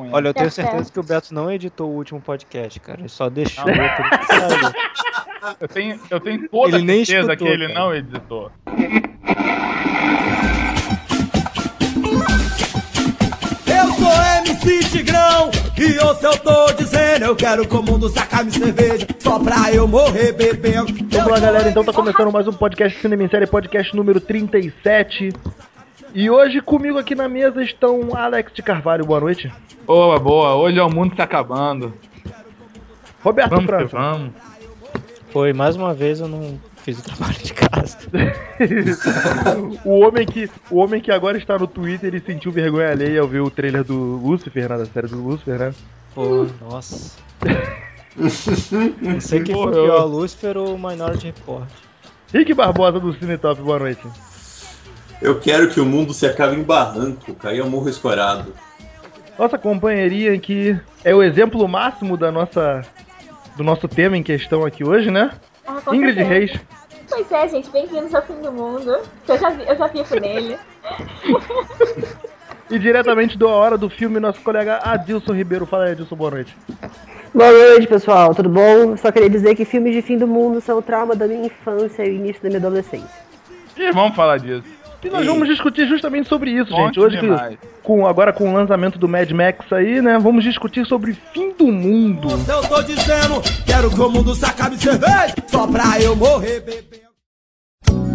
ruim. Olha, eu Tá tenho certeza certo. que o Beto não editou o último podcast, cara. Ele só deixou. Não. pra- Sério. eu tenho, eu tenho toda Ele a nem certeza escutou, que ele cara. não editou. Eu sou MC Tigrão e ouça eu tô dizendo Eu quero que o mundo saca minha cerveja Só pra eu morrer bebendo Vamos lá, galera. Então tá começando mais um podcast Cinema em Série, podcast número 37. E hoje comigo aqui na mesa estão Alex de Carvalho, boa noite. Boa, boa. Hoje é o mundo se acabando. Roberto Vamos que França. vamos. Foi, mais uma vez eu não fiz o trabalho de casa. o, homem que, o homem que agora está no Twitter e sentiu vergonha alheia ao ver o trailer do Lucifer, né, da série do Lucifer, né? Pô, nossa. Não sei quem foi Morreu. pior, Lucifer ou Minority Report. Rick Barbosa do Cinetop, boa noite. Eu quero que o mundo se acabe em barranco, caia morro escorado. Nossa companheirinha que é o exemplo máximo da nossa do nosso tema em questão aqui hoje, né? Ah, com Ingrid certeza. Reis. Pois é, gente, bem-vindos ao fim do mundo. Eu já, vi, eu já vivo nele. E diretamente do A Hora do Filme, nosso colega Adilson Ribeiro. Fala aí, Adilson, boa noite. Boa noite, pessoal. Tudo bom? Só queria dizer que filmes de fim do mundo são o trauma da minha infância e o início da minha adolescência. E vamos falar disso. E nós vamos discutir justamente sobre isso, gente. Forte Hoje, que- demais. com, agora com o lançamento do Mad Max aí, né? Vamos discutir sobre fim do mundo. Ouça eu tô dizendo Quero que o mundo saca minha cerveja Só pra eu morrer bebendo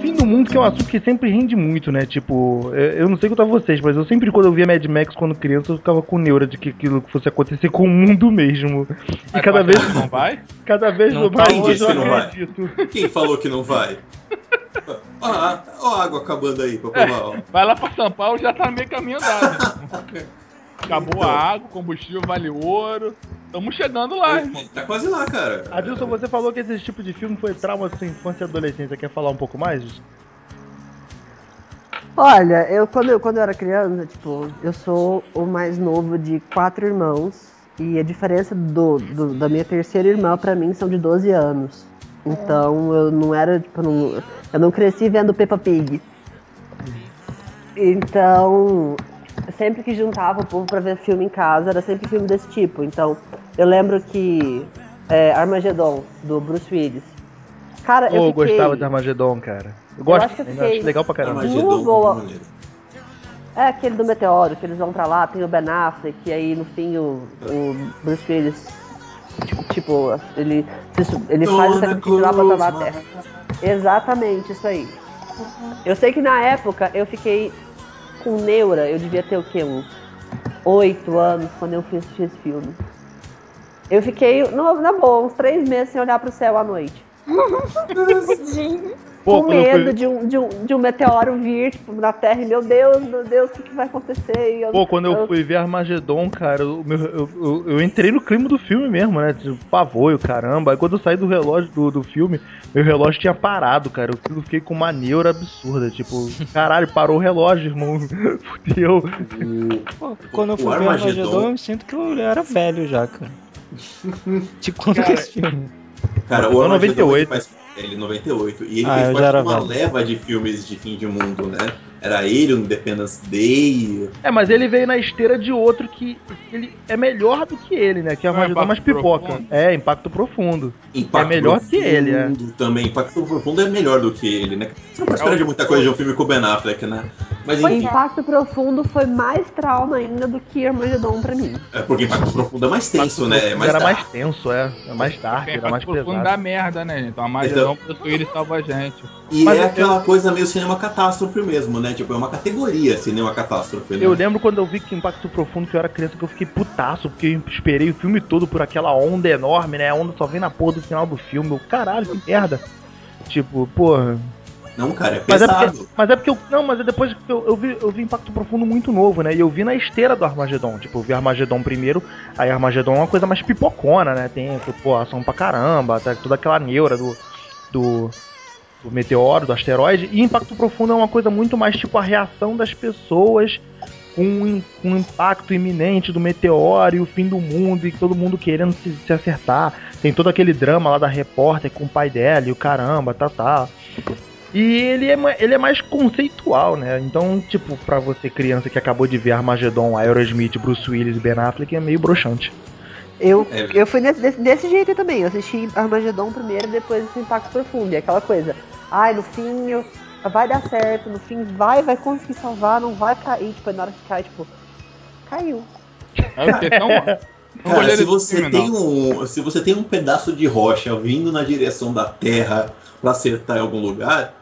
Fim do mundo que é um assunto que sempre rende muito, né? Tipo, é- eu não sei quanto a vocês, mas eu sempre, quando eu via Mad Max quando criança, eu ficava com neura de que aquilo fosse acontecer com o mundo mesmo. E Vai cada falar que vez, ele Não vai? cada vez Não tá mais onde hoje eu esse não vai. acredito. Quem falou que não vai? Ó, a- ó a água acabando aí pra provar. ó. Vai lá pra São Paulo, já tá meio caminho andado. Acabou a água, o combustível vale ouro. Tamo chegando lá, irmão. Tá quase lá, cara. Adilson, você falou que esse tipo de filme foi trauma da sua infância e adolescência. Quer falar um pouco mais? Olha, eu quando, eu quando eu era criança, tipo, eu sou o mais novo de quatro irmãos. E a diferença do, do- da minha terceira irmã pra mim são de 12 anos. Então eu não era, tipo, não- eu não cresci vendo Peppa Pig. Então, sempre que juntava o povo pra ver filme em casa, era sempre filme desse tipo. Então, eu lembro que é, Armagedon, do Bruce Willis. Cara, Ou eu eu fiquei... gostava de Armagedon, cara. Eu Eu acho gosto, que eu ainda acho fiquei- legal pra caramba. Armagedon, Boa. como maneiro. É aquele do meteoro, que eles vão pra lá, tem o Ben Affleck, e aí no fim o, o Bruce Willis, tipo, tipo, ele, se su- ele faz o Dona sacrifício lá pra salvar a Cruz, Terra. Exatamente, isso aí. Eu sei que na época eu fiquei com neura, eu devia ter o quê? Uns oito anos quando eu fui assistir esse filme. Eu fiquei, no- na boa, uns três meses sem olhar pro céu à noite. Gente, Pô, com quando eu fui- medo de, um, de, um, de um meteoro vir tipo, na Terra e, meu Deus, meu Deus, o que, que vai acontecer? E eu Pô, quando eu fui ver Armagedon, cara, o meu- eu, eu- eu entrei no clima do filme mesmo, né? Tipo, pavor e o caramba. Aí quando eu saí do relógio do, do filme, meu relógio tinha parado, cara. Eu fiquei com uma neura absurda. Tipo, caralho, parou o relógio, irmão. Fudeu. Pô, quando eu O fui ver Armagedon. Armagedon, eu sinto que eu era velho já, cara. Tipo, quando que é esse filme? Cara, o Então, Armagedon 98. Ele, faz, ele é 98. E ele Ah, eu já fez parte de era uma velho. leva de filmes de fim de mundo, né? Era ele, o Independence Day. É, mas ele veio na esteira de outro que ele é melhor do que ele, né? Que é Não é Armagedon mais Impacto pipoca. Profundo? É, impacto profundo. Impacto É melhor que ele, é. Profundo Também. Impacto Profundo é melhor do que ele, né? Você não pode esperar de muita coisa de um filme com o Ben Affleck, né? Mas O enfim, impacto profundo foi mais trauma ainda do que Armagedon pra mim. é porque Impacto Profundo é mais tenso, né? É mais era dark. mais tenso, é. Era mais dark, Tem era mais impacto profundo da pesado. merda, né, gente? Então a magia não possuir e salva a gente. E Mas é eu- aquela coisa meio cinema catástrofe mesmo, né? Tipo, é uma categoria cinema catástrofe, né? Eu lembro quando eu vi que Impacto Profundo, que eu era criança, que eu fiquei putaço, porque eu esperei o filme todo por aquela onda enorme, né? A onda só vem na porra do final do filme. Eu, caralho, que merda. Tipo, porra. Não, cara, é Mas é, pesado. porque, mas é porque eu. Não, mas é depois que eu, eu vi, eu vi Impacto Profundo muito novo, né? E eu vi na esteira do Armagedon. Tipo, eu vi Armagedon primeiro. Aí Armagedon é uma coisa mais pipocona, né? Tem, pô, ação pra caramba, tá, toda aquela neura do. do do meteoro, do asteroide, e impacto profundo é uma coisa muito mais tipo a reação das pessoas com um com o impacto iminente do meteoro e o fim do mundo e todo mundo querendo se, se acertar. Tem todo aquele drama lá da repórter com o pai dela e o caramba, tá, tá. E ele é, ma- ele é mais conceitual, né? Então, tipo, pra você criança que acabou de ver Armagedon, Aerosmith, Bruce Willis e Ben Affleck, é meio broxante. Eu, É. eu fui nesse, desse, desse jeito aí também. Eu assisti Armagedon primeiro, depois esse Impacto Profundo. E aquela coisa. Ai, no fim eu- vai dar certo, no fim vai, vai conseguir salvar, não vai cair. Tipo, aí na hora que cai, tipo, caiu. Aí eu fiquei tão. não Cara, olhei se esse você, filme, tem não. um, se você tem um pedaço de rocha vindo na direção da Terra pra acertar em algum lugar,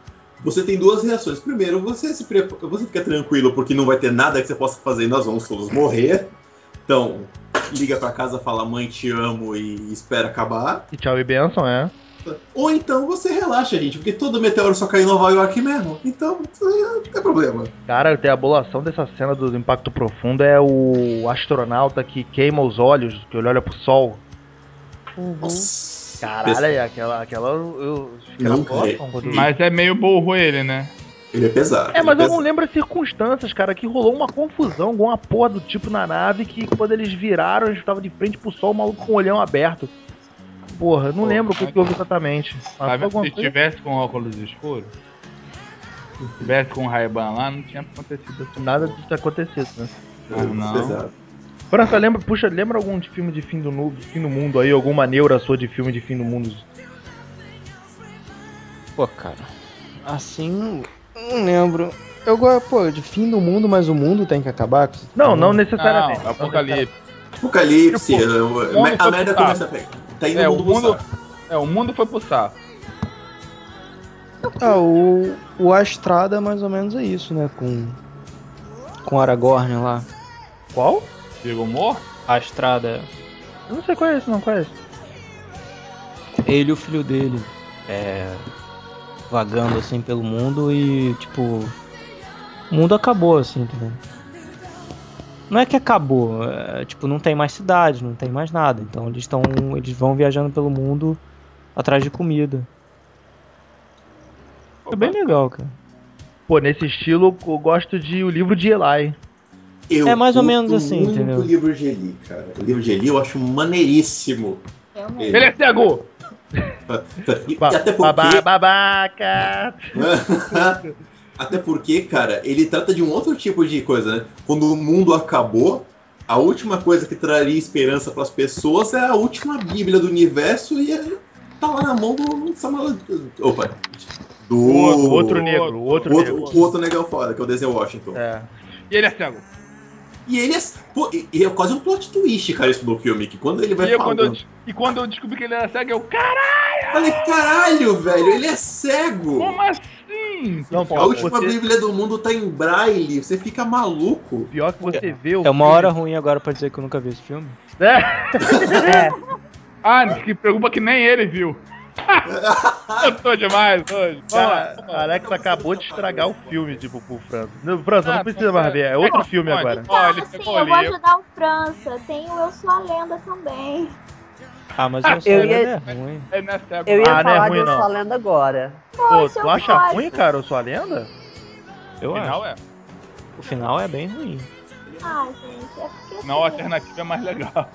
você tem duas reações. Primeiro, você se prepara, você fica tranquilo porque não vai ter nada que você possa fazer e nós vamos todos morrer. Então, liga pra casa, fala mãe, te amo e espera acabar. E tchau e benção, é. Ou então você relaxa, gente, porque todo meteoro só cai em Nova York mesmo. Então, não tem problema. Cara, até a abolação dessa cena do Impacto Profundo é o astronauta que queima os olhos, que ele olha pro sol. Uhum. Nossa. Caralho, é aquela, aquela, eu, aquela um Não, cara. abolação, Rodrigo. Mas é meio burro ele, né? Ele é pesado. É, ele mas eu pesado. não lembro as circunstâncias, cara, que rolou uma confusão, alguma porra do tipo na nave, que quando eles viraram, eles estavam de frente pro sol, o maluco com o olhão aberto. Porra, eu não Pô, lembro o que, mas- que houve exatamente. Mas foi Sabe, Ah, alguma se coisa- tivesse com óculos escuros, se tivesse com um Ray-Ban lá, não tinha acontecido assim. Nada disso ter acontecido, né? Ah, não. é Pesado. França, lembra, puxa, lembra algum de filme de fim do, nu- de fim do mundo aí, alguma neura sua de filme de fim do mundo? Pô, cara. Assim, não lembro. Eu gosto, pô, de fim do mundo, mas o mundo tem que acabar. Não, não Não, necessariamente. Apocalipse. Apocalipse, Tipo, eu- o mundo a foi merda pro começa a pegar. Tá indo É, no o mundo pro mundo. saco. É, o mundo foi pro saco. Ah, o, o Astrada mais ou menos é isso, né? Com. Com Aragorn lá. Qual? Digo, morto? A Estrada. Eu não sei qual é esse, não, qual é esse? Ele e o filho dele. É. Vagando assim pelo mundo e, tipo. O mundo acabou, assim, entendeu? Não é que acabou, é, tipo, não tem mais cidade, não tem mais nada. Então eles estão. Eles vão viajando pelo mundo atrás de comida. É bem legal, cara. Pô, nesse estilo eu gosto de o livro de Eli. Eu É mais ou curto menos assim, muito entendeu? O livro de Eli, cara. O livro de Eli eu acho maneiríssimo. Realmente. Ele é cego! E, Ba- até babá, porque. babaca! até porque, cara, ele trata de um outro tipo de coisa, né? Quando o mundo acabou, a última coisa que traria esperança pras pessoas é a última Bíblia do universo e é- tá lá na mão do Samuel. Opa! Do. Outro, outro, outro negro, outro, negro. outro, negão foda, que é o Denzel Washington. É. E ele é cego. E ele é, pô, e- e é quase um plot twist, cara, isso do filme, que quando ele vai E, eu, falando- quando eu, des- e quando eu descobri que ele era cego, eu, cara, Falei, caralho, velho, ele é cego. É como assim? Não, A Paulo, última você, Bíblia do mundo tá em braille, você fica maluco. pior que você vê o É uma filme- hora ruim agora pra dizer que eu nunca vi esse filme. Ah, que preocupa que nem ele viu. eu tô demais hoje. Vamos lá. Cara, a Alex acabou de estragar o filme, tipo, pro França. Não, França, Ah, não precisa mais ver, é outro filme Olha, agora. Olha, ele assim, pegou eu vou ali. ajudar o França. Tem o Eu Sou a Lenda também. Ah, mas eu, eu eu ia- é ruim. Ele não é cego. Eu ia Ah, não é falar ruim, de Eu não. Sou a Lenda agora. Pô, Poxa, tu eu acha gosto. ruim, cara, o Sua Lenda? Eu No final acho. é. O final é bem ruim. Ah, gente, é porque Não, a assim, alternativa é mais legal.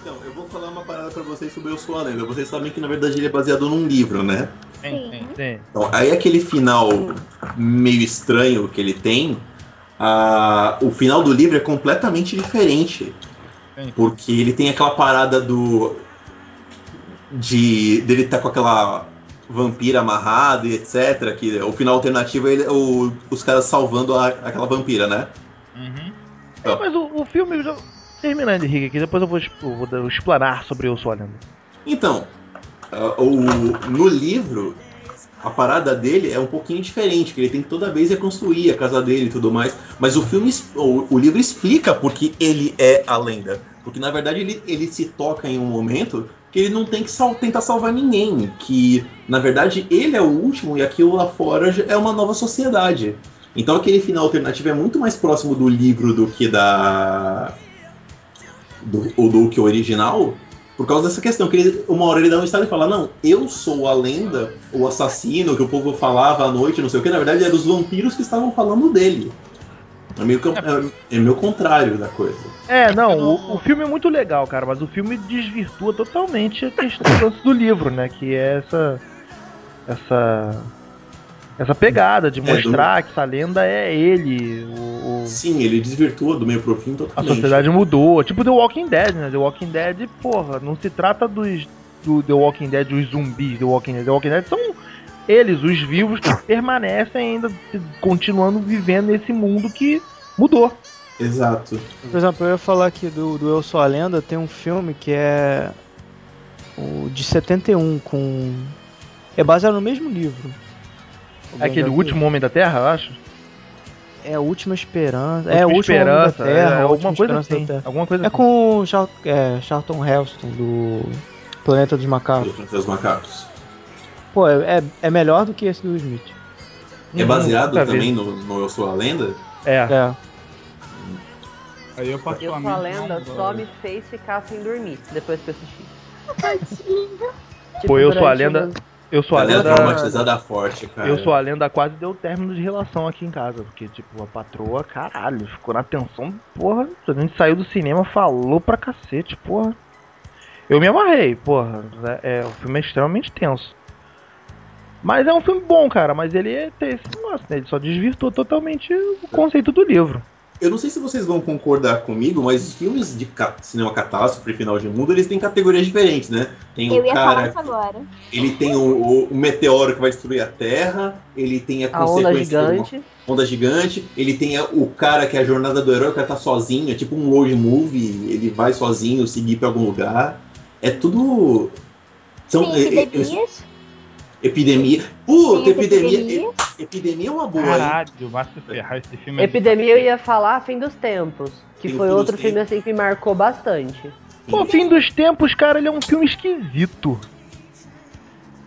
Então, eu vou falar uma parada pra vocês sobre Eu Sou a Lenda. Vocês sabem que, na verdade, ele é baseado num livro, né? Sim, sim. Sim. Então, aí aquele final meio estranho que ele tem, ah, o final do livro é completamente diferente. Sim. Porque ele tem aquela parada do. De, dele tá com aquela vampira amarrada e etc. Que o final alternativo é ele- o- os caras salvando a- aquela vampira, né? Uhum. É, mas o, o filme. Já... Terminando, Henrique, aqui, depois eu vou, exp- eu vou dar- explanar sobre Eu Sou a Lenda. Então, ah, o, no livro, a parada dele é um pouquinho diferente, que ele tem que toda vez reconstruir a casa dele e tudo mais. Mas o filme, es- o, o livro explica porque ele é a lenda. Porque na verdade ele, ele se toca em um momento que ele não tem que sal, tentar salvar ninguém. Que na verdade ele é o último e aquilo lá fora já é uma nova sociedade. Então aquele final alternativo é muito mais próximo do livro do que da. Do, ou do que o original, por causa dessa questão, que ele- uma hora ele dá um estado e fala, não, eu sou a lenda, o assassino que o povo falava à noite, não sei o que, na verdade eram os vampiros que estavam falando dele. É meio, que- é, é meio contrário da coisa. É, não, o, o filme é muito legal, cara, mas o filme desvirtua totalmente a questão do lance do livro, né? Que é essa. Essa. Essa pegada de do- mostrar que essa lenda é ele, o- o, Sim, ele desvirtua do meio pro fim A totalmente. sociedade mudou. Tipo The Walking Dead, né? The Walking Dead, porra, não se trata dos do The Walking Dead, os zumbis The Walking Dead. The Walking Dead são eles, os vivos, que permanecem ainda se- continuando vivendo nesse mundo que mudou. Exato. Por exemplo, eu ia falar aqui do, do Eu Sou a Lenda, tem um filme que é o de 71 com é baseado no mesmo livro. É Alguém já aquele viu? último homem da Terra, eu acho. É a última esperança. Última é a última esperança, esperança da Terra, é, a última alguma coisa esperança da assim. Terra. Alguma coisa É assim. com o Char- é, Charlton Heston do Planeta dos Ah. Macacos. Os macacos. Pô, é, é melhor do que esse do Smith. É baseado Hum, nunca vi. também no, no Eu Sou a Lenda? É. É. Aí eu Eu particularmente. sou a lenda não só gosto. me fez ficar sem dormir depois que eu assisti. Tadinho. Tipo, Pô, eu sou a durante lenda. umas- Eu sou a Ela é lenda. traumatizada forte, cara. Eu sou a lenda quase deu término de relação aqui em casa. Porque, tipo, a patroa, caralho, ficou na tensão, porra. A gente saiu do cinema, falou pra cacete, porra. Eu me amarrei, porra. É, é, o filme é extremamente tenso. Mas é um filme bom, cara. Mas ele tem esse negócio, né? Ele só desvirtuou totalmente o conceito do livro. Eu não sei se vocês vão concordar comigo, mas os filmes de ca- cinema catástrofe, final de mundo, eles têm categorias diferentes, né? Tem Eu o ia falar cara, isso agora. ele tem o, o- o meteoro que vai destruir a Terra, ele tem a, A onda consequência de uma gigante. onda gigante, ele tem a- o cara que é a jornada do herói, o cara tá sozinho, é tipo um road movie, ele vai sozinho seguir pra algum lugar. É tudo. São Tem é- é- epidemias. epidemia. Puta, Tem as epidemia. epidemias. e- Epidemia é uma boa, hein? Caralho, mas se ferrar esse filme Epidemia eu ia falar Fim dos Tempos. Que Fim foi dos outro Tempos. filme assim que me marcou bastante. Pô, Fim dos Tempos, cara, ele é um filme esquisito.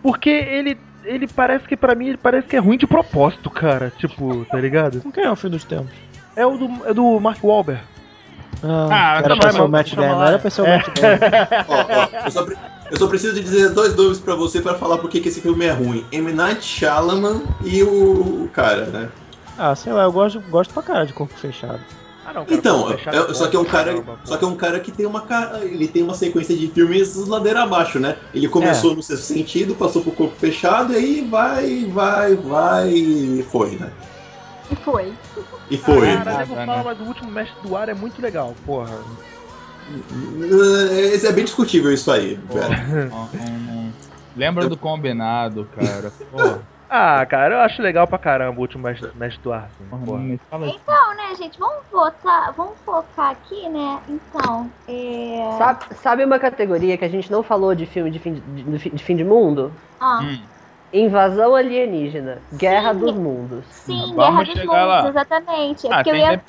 Porque ele. Ele parece que, pra mim, ele parece que é ruim de propósito, cara. Tipo, tá ligado? Com quem é o Fim dos Tempos? É o do, é do Mark Wahlberg. Ah, Ah, era tá pra bom, ser o vamos Matt chamar Damon, lá. É, era pra ser o Matt Damon. Ó, ó, eu, só pre- eu só preciso de dizer dois nomes pra você pra falar por que que esse filme é ruim. M. Night Shyamalan e o, o cara, né? Ah, sei lá, eu gosto, gosto pra caralho de corpo fechado. Ah, não, Então, é- só que é um cara, só que é um cara que tem uma ca- ele tem uma sequência de filmes ladeira abaixo, né? Ele É. começou no sexto sentido, passou pro corpo fechado e aí vai, vai, vai, e foi, né? E foi. E foi. Ah, Cara, né? nego fala, mas o último mestre do ar é muito legal, porra. Esse é bem discutível isso aí, velho. Ó, um- um- Lembra do combinado, cara. É Porra, Ah, cara, eu acho legal pra caramba o último mestre, mestre do ar. assim, porra, porra. me fala isso. Então, né, gente, vamos votar, vamos focar aqui, né? Então, é. Sabe, sabe uma categoria que a gente não falou de filme de fim de, de fi- de fim de mundo? Ah, Hum, Invasão alienígena. Guerra dos mundos. sim, Vamos Guerra dos chegar Mundos, lá. exatamente. É Ah, porque eu tem ia- dep-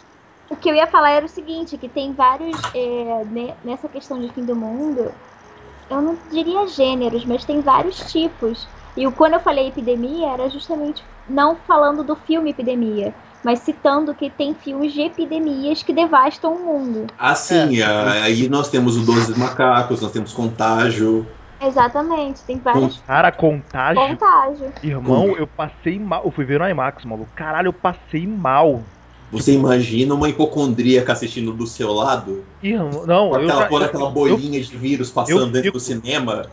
o que eu ia falar era o seguinte, que tem vários. é, ne- nessa questão de fim do mundo, eu não diria gêneros, mas tem vários tipos. E o- quando eu falei epidemia, era justamente não falando do filme Epidemia, mas citando que tem filmes de epidemias que devastam o mundo. Assim, É. a- aí nós temos o 12 Macacos, nós temos Contágio. Exatamente, tem vários Cara, contágio, contágios. irmão, eu passei mal. Eu fui ver no IMAX, maluco. Caralho, eu passei mal. Você imagina uma hipocondríaca assistindo do seu lado? Irmão, não, Com eu, aquela, já- por eu, aquela eu, bolinha de vírus passando eu dentro fico- do cinema?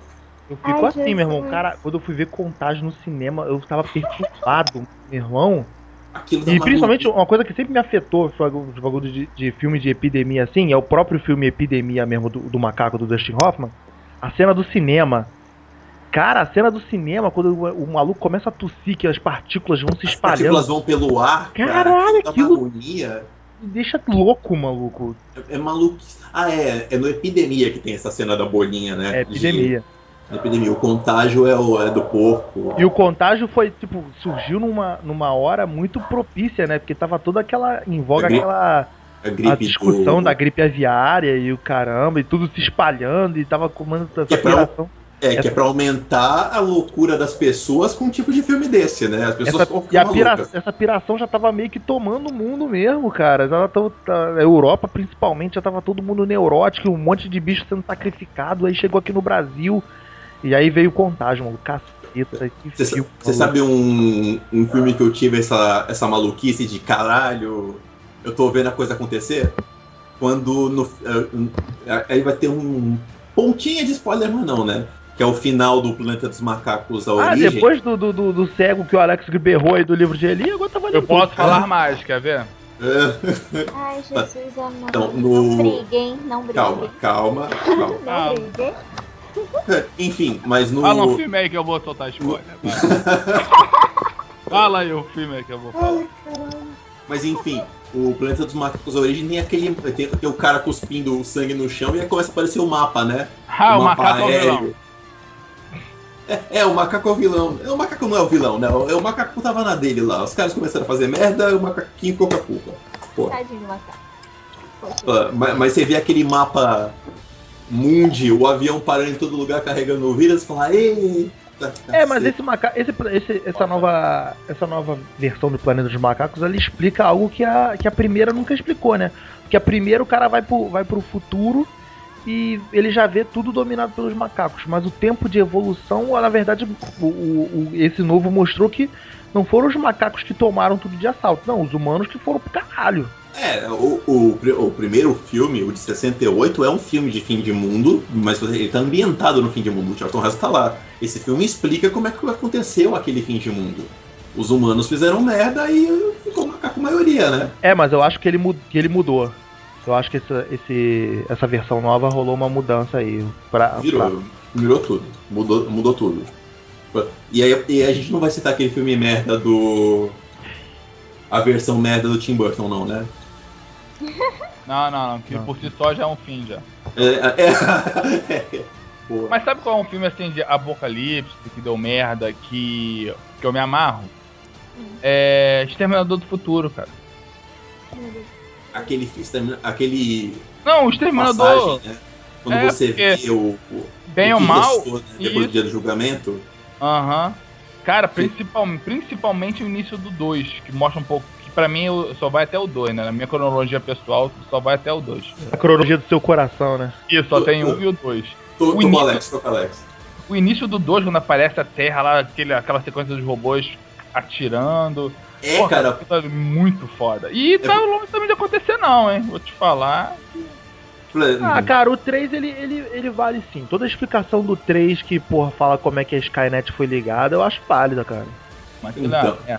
eu fico Ai, assim, meu irmão. Jesus. Cara, quando eu fui ver contágio no cinema, eu tava perturbado, meu irmão. Aquilo dá E uma- principalmente uma coisa que sempre me afetou os bagulhos os bagulhos de, de filme de epidemia, assim, é o próprio filme Epidemia mesmo do, do macaco do Dustin Hoffman. A cena do cinema. Cara, a cena do cinema, quando o, o maluco começa a tossir, que as partículas vão se As partículas espalhando, vão pelo ar. Caralho, dá uma aquilo- agonia. me deixa louco, maluco. É, é maluco. Ah, é. É no Epidemia que tem essa cena da bolinha, né? É De- epidemia. na epidemia. O contágio é, o, é do porco. E o contágio foi, tipo, surgiu numa, numa hora muito propícia, né? Porque tava toda aquela. em voga Agri- aquela. é A a gripe discussão do- da gripe aviária e o caramba, e tudo se espalhando, e tava comando essa Que é pra- aspiração. É, que é pra aumentar a loucura das pessoas com um tipo de filme desse, né? As pessoas Essa, ficam e a malucas. pira- essa piração já tava meio que tomando o mundo mesmo, cara. Já tava- tá- a Europa, principalmente, já tava todo mundo neurótico, um monte de bicho sendo sacrificado. Aí chegou aqui no Brasil, e aí veio o contágio, mano. Caceta, que Você sa- filme, você maluco. sabe um, um filme que eu tive essa, essa maluquice de caralho, eu tô vendo a coisa acontecer? é, Quando no- eh, um, aí vai ter um pontinha de spoiler, mas não, né? que é o final do Planeta dos Macacos, a Ah, origem. depois do, do, do, do cego que o Alex berrou aí do livro de Eli, agora tá valendo. Eu posso tudo. falar mais, quer ver? É, Ai, Jesus amado. Então, Não no- brigue, hein? Não brigue. calma, calma, calma. Não Ah. brigue. Enfim, mas no. Fala um filme aí que eu vou soltar spoiler. vai. Fala aí o filme aí que eu vou falar. Mas enfim, o Planeta dos Macacos, a origem tem aquele. Tem, tem o cara cuspindo o sangue no chão e aí começa a aparecer o mapa, né? Ah, o macaco é o aéreo. vilão. É, é, o macaco é o vilão. É, o macaco não é o vilão, né? O, é, o macaco tava na dele lá. Os caras começaram a fazer merda, o macaquinho ficou com a culpa. Pô, Tadinho do macaco. ah, mas, mas você vê aquele mapa mundi, o avião parando em todo lugar carregando o vírus e fala, tá, eita. É, mas cacete." esse macaco. Esse, esse- essa, nova, essa nova versão do Planeta dos Macacos, ela explica algo que a, que a primeira nunca explicou, né? Porque a primeira o cara vai pro, vai pro futuro e ele já vê tudo dominado pelos macacos. Mas o tempo de evolução, na verdade, o, o- o- esse novo mostrou que não foram os macacos que tomaram tudo de assalto, não, os humanos que foram pro caralho. É, o, o, pri- o primeiro filme, o de 68, é um filme de fim de mundo, mas ele tá ambientado no fim de mundo. O Charlton Heston tá lá. Esse filme explica como é que aconteceu aquele fim de mundo. Os humanos fizeram merda e ficou macaco maioria, né? É, mas eu acho que ele, mu- que ele mudou. Eu acho que essa, esse, essa versão nova rolou uma mudança aí. Pra, pra- Virou, virou tudo. Mudou, mudou tudo. E aí e a gente não vai citar aquele filme merda do. A versão merda do Tim Burton, não, né? Não, não, não, que Não. por si só já é um fim já. É, é, é. Pô, Mas sabe qual é um filme assim de apocalipse, que deu merda, que, que eu me amarro? É Exterminador do Futuro, cara. Meu Deus. aquele, filme- aquele Não, o Exterminador, passagem, né? Quando É, você porque- vê o, o bem o ou que mal. restou, né, depois do dia do julgamento, Aham. Cara, principal, principalmente o início do 2, que mostra um pouco. Que pra mim eu- só vai até o 2, né? Na minha cronologia pessoal, só vai até o 2. a cronologia do seu coração, né? Isso, só tem um e o 2. tô, O tô com o início- Alex, tô com o Alex. O início do 2, quando aparece a Terra lá, aquele, aquela sequência dos robôs atirando. É, Porra, cara, aquilo é muito foda. E tá longe também de acontecer, não, hein? Vou te falar. Ah, pra- cara, o 3 ele, ele, ele vale sim. Toda a explicação do 3 que, porra, fala como é que a Skynet foi ligada, eu acho válida, cara. Mas Então. não, é.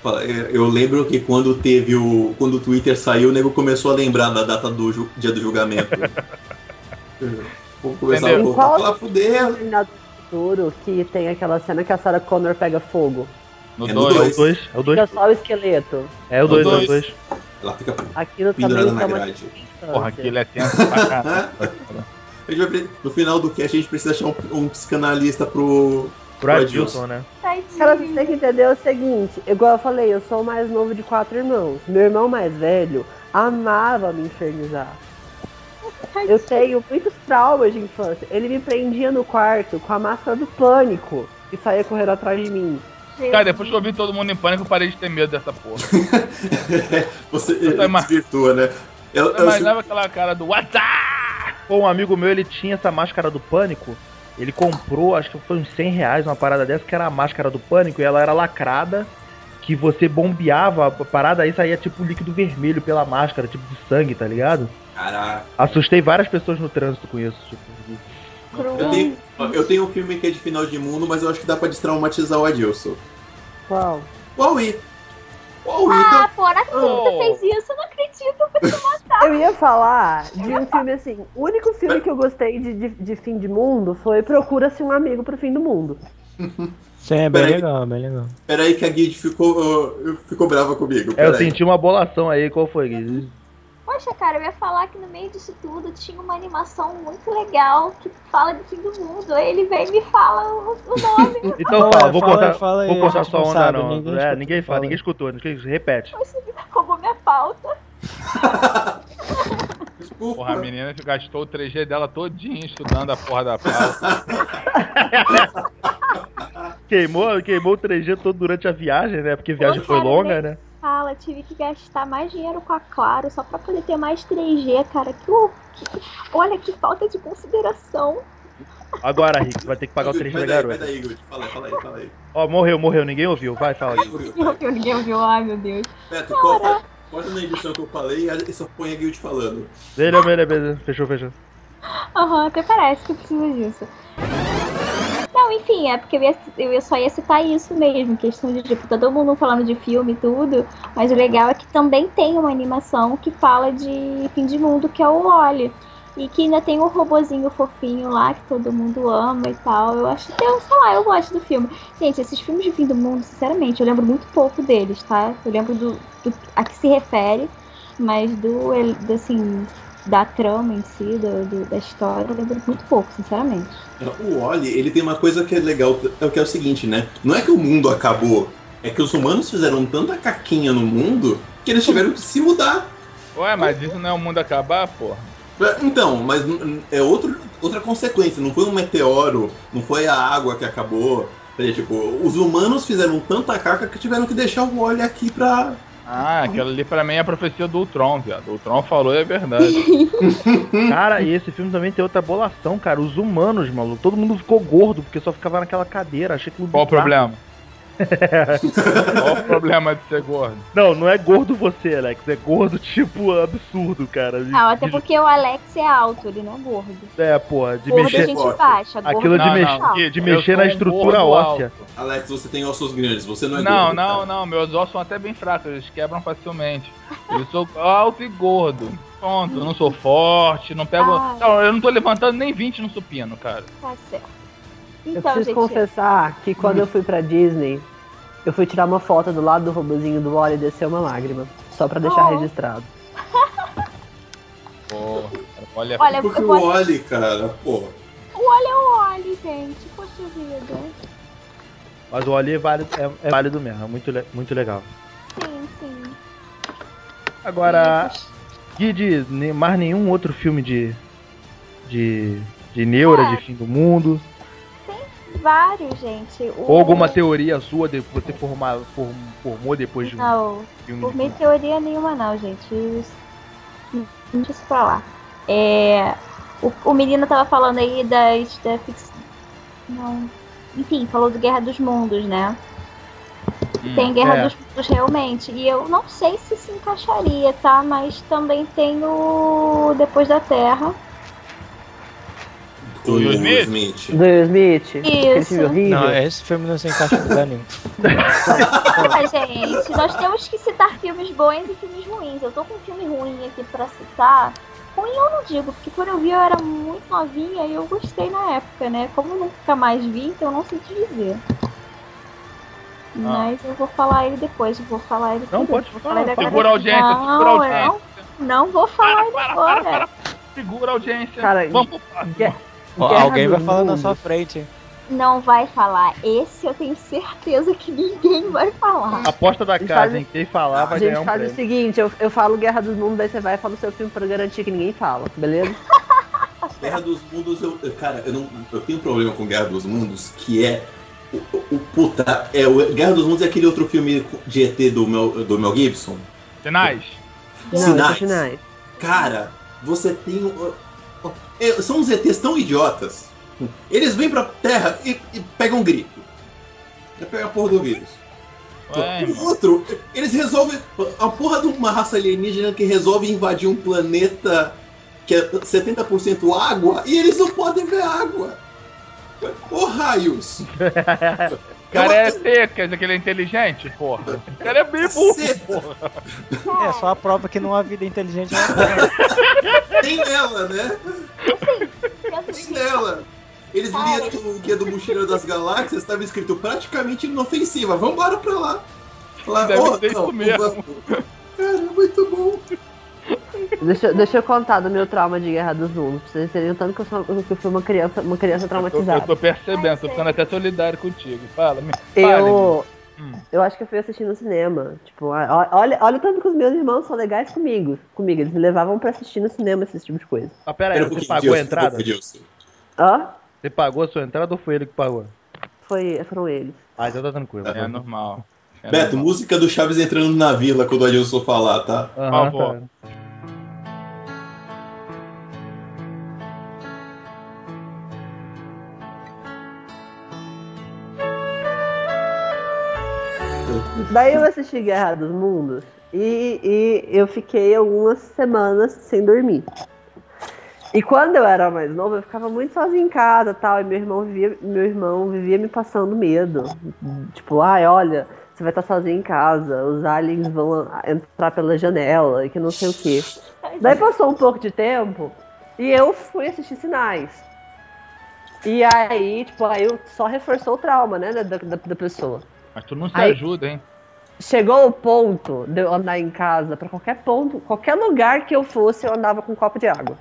pra- é, eu lembro que quando teve o. Quando o Twitter saiu, o nego começou a lembrar da data do ju- dia do julgamento. Vamos começar a Entendeu? voltar. Qual- Fala, fudeu. Terminado do futuro, que tem aquela cena que a Sarah Connor pega fogo. No É no 2. É o Dois. 2, é o 2. Fica só o esqueleto. É o 2, é o Dois. 2. Ela fica Aquilo também pendurada tá na uma grade. distância. Porra, aquilo é tenso pra caralho. A gente vai pre- no final do cast, a gente precisa achar um, um psicanalista pro. Pro Adilson, né? Tadinho. Cara, você tem que entender o seguinte, igual eu falei, eu sou o mais novo de quatro irmãos. Meu irmão mais velho amava me infernizar. Eu tenho muitos traumas de infância. Ele me prendia no quarto com a máscara do pânico e saía correndo atrás de mim. Cara, depois que eu vi todo mundo em pânico, eu parei de ter medo dessa porra. Você Eu tô ima- desvirtua, né? Eu, Eu imaginava aquela cara do WhatsApp. Pô, um amigo meu, ele tinha essa máscara do pânico. Ele comprou, acho que foi uns 100 reais, uma parada dessa, que era a máscara do pânico, e ela era lacrada, que você bombeava a parada, aí saía tipo líquido vermelho pela máscara, tipo de sangue, tá ligado? Caraca. Assustei várias pessoas no trânsito com isso, tipo. Cruz. Eu tenho, eu tenho um filme que é de final de mundo, mas eu acho que dá pra destraumatizar o Adilson. Uau. O Aui. O Aui, Ah, tá... porra, como Oh. você fez isso? Eu não acredito. Eu ia falar de um filme assim. O único filme que eu gostei de, de, de fim de mundo foi Procura-se um amigo pro fim do mundo. Sim, é bem Peraí. legal, bem legal. então, Peraí que a Guide ficou, uh, ficou brava comigo. É, eu peraí. senti uma bolação aí, qual foi, Gui? Poxa, cara, eu ia falar que no meio disso tudo tinha uma animação muito legal que fala do fim do mundo. Aí ele vem e me fala o, o nome. Então Fala, fala, é, fala aí, vou cortar, fala aí, vou a cortar gente sua não onda, sabe, não. ninguém é, escutou, ninguém fala, fala ninguém aí. escutou, ninguém repete. Poxa, ele roubou minha pauta. Desculpa. Porra, a menina gastou o 3G dela todinho estudando a porra Tá, da pauta. Queimou, queimou o 3G todo durante a viagem, né? Porque a viagem Pô, foi cara, longa, né? né? Fala, tive que gastar mais dinheiro com a Claro só pra poder ter mais 3G, cara. Que, o- que- olha que falta de consideração. Agora, Rick, vai ter que pagar o 3G da Vai daí, garota. vai daí, Guide. Fala aí, fala aí, fala aí. Ó, morreu, morreu, ninguém ouviu. Vai, fala. Gui. Meu Deus, ninguém ouviu. Ai, meu Deus. Beto, corta, corta na edição que eu falei e só põe a Guild falando. Beleza, beleza, beleza. Fechou, fechou. Aham, até parece que eu preciso disso. enfim, é porque eu, ia- eu ia- só ia citar isso mesmo, questão de, tipo, todo mundo falando de filme e tudo, mas o legal é que também tem uma animação que fala de fim de mundo, que é o Oli. E que ainda tem um robozinho fofinho lá, que todo mundo ama e tal. Eu acho que, eu, sei lá, eu gosto do filme. Gente, esses filmes de fim do mundo, sinceramente, eu lembro muito pouco deles, tá? Eu lembro do, do- a que se refere, mas do, el- do, assim, da trama em si, do, do- da história, eu lembro muito pouco, sinceramente. O Oli, ele tem uma coisa que é legal, que é o seguinte, né? Não é que o mundo acabou, é que os humanos fizeram tanta caquinha no mundo que eles tiveram que se mudar. Ué, mas isso não é o mundo acabar, porra? Então, mas hum, é outro, outra consequência, não foi um meteoro, não foi a água que acabou. É, tipo, os humanos fizeram tanta caca que tiveram que deixar o Oli aqui pra. Ah, aquela ali pra mim é a profecia do Ultron, viado. O Ultron falou e é verdade. Cara, e esse filme também tem outra bolação, cara. Os humanos, maluco. Todo mundo ficou gordo porque só ficava naquela cadeira. Achei que Qual o problema? Qual o problema de ser gordo? Não, não é gordo você, Alex. É gordo, tipo, absurdo, cara. De- Ah, até de- porque o Alex é alto, ele não é gordo. É, porra, de gordo a mexer. gente Gordo. baixa, gordo Aquilo de a gente mexer- alta. Gui, de eu mexer sou na um estrutura gordo óssea. alto. Alex, você tem ossos grandes, você não é Não, gordo, não, cara. não. Meus ossos são até bem fracos, eles quebram facilmente. Eu sou alto e gordo. Pronto, eu não sou forte, não pego. Ai. Não, eu não tô levantando nem 20 no supino, cara. Tá certo. Eu Então, preciso gente, confessar que quando eu fui pra Disney, eu fui tirar uma foto do lado do robozinho do Wally e desceu uma lágrima. Só pra deixar Oh. registrado. Porra, cara, olha. olha, eu Porque posso... o Oli, cara, pô. olha, é gente, poxa vida. Mas o Ali é válido, é, é válido mesmo. É muito, le- muito legal. Sim, sim. Agora, Gui, de ne- mais nenhum outro filme de. de. de neura, Ah. de fim do mundo. Vários, gente. O... Ou alguma teoria sua de, que você formar, form- formou depois de um Não, filme. por de mim mundo. teoria nenhuma não, gente. Isso- Deixa isso pra lá. É... O, o menino tava falando aí das, da fix... Não. Enfim, falou do Guerra dos Mundos, né? tem Guerra é. dos Mundos realmente. E eu não sei se se encaixaria, tá? Mas também tem o Depois da Terra. O Will Smith? Do Will Smith? Aquele Isso. filme horrível? Não, é, esse filme não se encaixa em lugar nenhum. Ah, gente, nós temos que citar filmes bons e filmes ruins. Eu tô com um filme ruim aqui pra citar. Ruim eu não digo, porque quando eu vi eu era muito novinha e eu gostei na época, né? Como eu nunca mais vi, então eu não sei te dizer. Ah. Mas eu vou falar ele depois, eu vou falar ele Não, primeiro. pode falar. Olha, Segura a audiência, Não, é. segura a audiência. não. Não vou falar ele Para, agora. para, para, Segura a audiência. Cara, Vamos Ó, Guerra Alguém vai do falar na Mundo. sua frente, hein? Não vai falar. Esse eu tenho certeza que ninguém vai falar. Aposta da Ele casa, faz- hein? Quem falar A vai ganhar gente um faz prêmio. o seguinte, eu, eu falo Guerra dos Mundos, daí você vai e fala o seu filme pra eu garantir que ninguém fala, beleza? Guerra dos Mundos, eu, eu- cara, eu, não, eu tenho um problema com Guerra dos Mundos, que é. O, o- o puta. É, o Guerra dos Mundos é aquele outro filme de ET do Mel, do Mel Gibson. Sinais. Não, esse é sinais. Cara, você tem. o- o- é, São os ETs tão idiotas. Eles vêm pra terra e, e pegam um gripe. É pegar a porra do vírus. Ué, o irmão. outro, eles resolvem. A porra de uma raça alienígena que resolve invadir um planeta que é 70% água e eles não podem ver água. Ô raios! O cara é ET, quer dizer que ele é inteligente, porra. O cara é bem burro, Caceta. porra. É só a prova que não há vida inteligente. Tem nela, né? Tem Pensa- nela. Eles liam o guia do Mochileiro das Galáxias, estava escrito praticamente inofensiva. Vambora pra lá. Lá, Deve ô, ser isso não, mesmo. vamos. Cara, muito bom. Deixa, deixa eu contar do meu trauma de Guerra dos Mundos, pra vocês terem o tanto que eu, sou, que eu fui uma criança, uma Eu, criança eu traumatizada. tô percebendo, tô ficando até solidário contigo. Fala, me fala, Gui. Eu, Hum. eu acho que eu fui assistir no cinema. Tipo, ó- olha, olha o tanto que os meus irmãos são legais comigo. Comigo, eles me levavam pra assistir no cinema esse tipo de coisa. Ah, pera aí, Pera um você pouquinho, pagou a Dilson, entrada? um pouquinho, Dilson. Hã? Você pagou a sua entrada ou foi ele que pagou? Foi, foram eles. Ah, então tá tranquilo. É normal. É Beto, normal. música do Chaves entrando na vila quando o Adilson falar, tá? Aham, Por favor. tá. Daí eu assisti Guerra dos Mundos e, e eu fiquei algumas semanas sem dormir. E quando eu era mais novo, eu ficava muito sozinha em casa tal. E meu irmão vivia, meu irmão vivia me passando medo. Tipo, ai, olha, você vai estar sozinho em casa, os aliens vão a- entrar pela janela e que não sei o quê. Daí passou um pouco de tempo e eu fui assistir sinais. E aí, tipo, aí eu só reforçou o trauma, né, da, da, da pessoa. Mas tu não se Aí- ajuda, hein? Chegou o ponto de eu andar em casa, pra qualquer ponto, qualquer lugar que eu fosse, eu andava com um copo de água.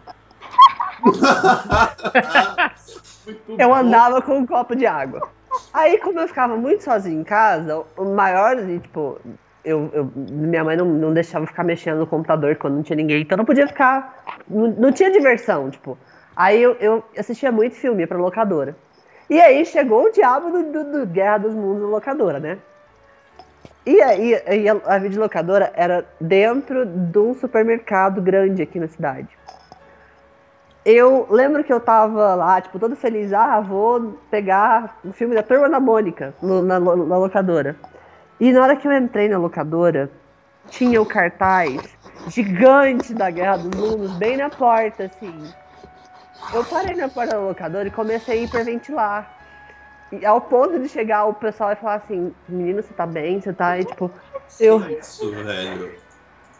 Muito Eu bom. andava com um copo de água. Aí, como eu ficava muito sozinha em casa, o maior, e, tipo, eu, eu- minha mãe não, não deixava eu ficar mexendo no computador quando não tinha ninguém, então eu não podia ficar. Não, não tinha diversão, tipo. Aí eu, eu assistia muito filme ia pra locadora. E aí chegou o diabo do, do- do Guerra dos Mundos na locadora, né? E aí, aí a, a videolocadora era dentro de um supermercado grande aqui na cidade. Eu lembro que eu tava lá, tipo, todo feliz, ah, vou pegar o filme da Turma da Mônica no- na, lo- na locadora. E na hora que eu entrei na locadora, tinha o cartaz gigante da Guerra dos Mundos bem na porta, assim. Eu parei na porta da locadora e comecei a hiperventilar. E ao ponto de chegar o pessoal e falar assim, menino, você tá bem? Você tá aí, tipo, eu Isso, velho.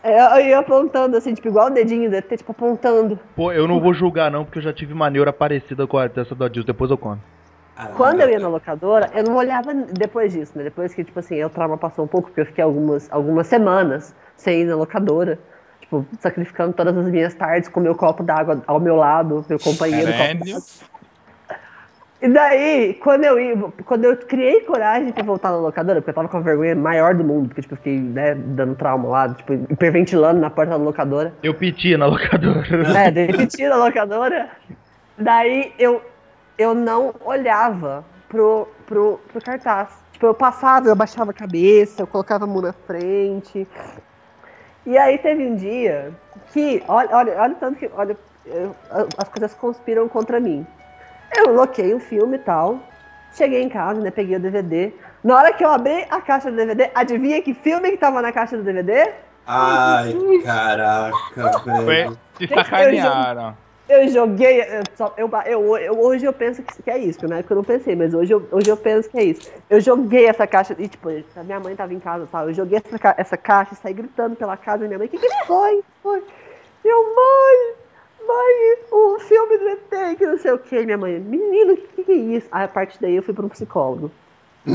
eu ia apontando, assim, tipo, igual o dedinho do ET, tipo, apontando. Pô, eu não vou julgar não, porque eu já tive uma neura parecida com a dessa do Adilson, depois eu conto. Caralho. Quando eu ia na locadora, eu não olhava depois disso, né? Depois que, tipo assim, o trauma passou um pouco, porque eu fiquei algumas, algumas semanas sem ir na locadora. Tipo, sacrificando todas as minhas tardes com meu copo d'água ao meu lado, meu companheiro. copo Caralho. E daí, quando eu, ia, quando eu criei coragem pra voltar na locadora, porque eu tava com a vergonha maior do mundo, porque, tipo, eu fiquei, né, dando trauma lá, tipo, hiperventilando na porta da locadora. Eu pedi na locadora. É, demitir a locadora. Daí eu, eu não olhava pro, pro, pro cartaz. Tipo, eu passava, eu abaixava a cabeça, eu colocava a mão na frente. E aí teve um dia que, olha, olha, olha o tanto que, olha, eu- as coisas conspiram contra mim. Eu loquei o filme e tal, cheguei em casa, né, peguei o DVD. Na hora que eu abri a caixa do DVD, adivinha que filme que tava na caixa do DVD? Ai, caraca, Foi- velho. Te sacanearam. um Eu joguei. Eu, só- eu, eu- eu- hoje eu penso que, que é isso, porque na época eu não pensei, mas hoje eu, hoje eu penso que é isso. Eu joguei essa caixa, e tipo, a minha mãe tava em casa tal, eu joguei essa, ca- essa caixa e saí gritando pela casa, e minha mãe, o que, que foi? foi? E eu, mãe, mãe, o filme do ET, que não sei o que, minha mãe, menino, o que, que é isso? Aí a partir daí eu fui pra um psicólogo. É?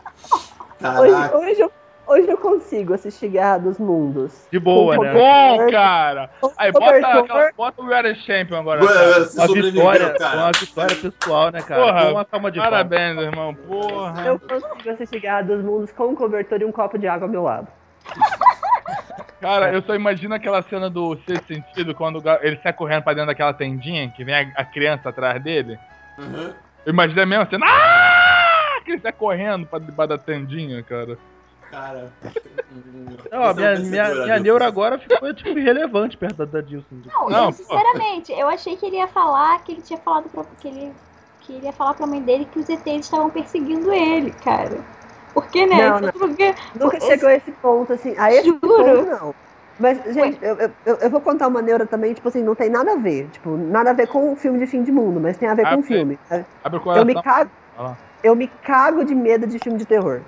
Hoje, Caraca. hoje, eu, hoje eu consigo assistir Guerra dos Mundos. De boa, Com né? Bom, cara! Aí bota, aquela, bota o We Are the Champion agora. Ué, Cara. Você Uma vitória, sobreviveu, cara. uma vitória pessoal, né, cara? Porra, Foi uma calma de palmas. Parabéns, irmão. Porra. Eu consigo assistir Guerra dos Mundos com um cobertor e um copo de água ao meu lado. Cara, eu só imagino aquela cena do Sexto Sentido, quando o gar- ele sai correndo pra dentro daquela tendinha, que vem a, a criança atrás dele. Aham. Eu imagino a mesma cena. Ah! Que ele sai correndo pra debaixo da tendinha, cara. Cara. Não, a minha, minha, minha neura agora ficou, tipo, irrelevante perto da, da Dilson. Não, Não, eu, sinceramente, eu achei que ele ia falar que ele tinha falado pra, que ele que ele ia falar pra mãe dele que os ETs estavam perseguindo ele, cara. Porque, né? Não, não. Porque, Nunca Esse- chegou a esse ponto, assim. A esse Juro. ponto, não. Mas, gente, eu, eu- eu, eu vou contar uma neura também, tipo assim, não tem nada a ver. Tipo, nada a ver com o filme de fim de mundo, mas tem a ver Ah, com o sim. filme. Abre o Eu coração. me, cago, Olha lá. eu me cago de medo de filme de terror.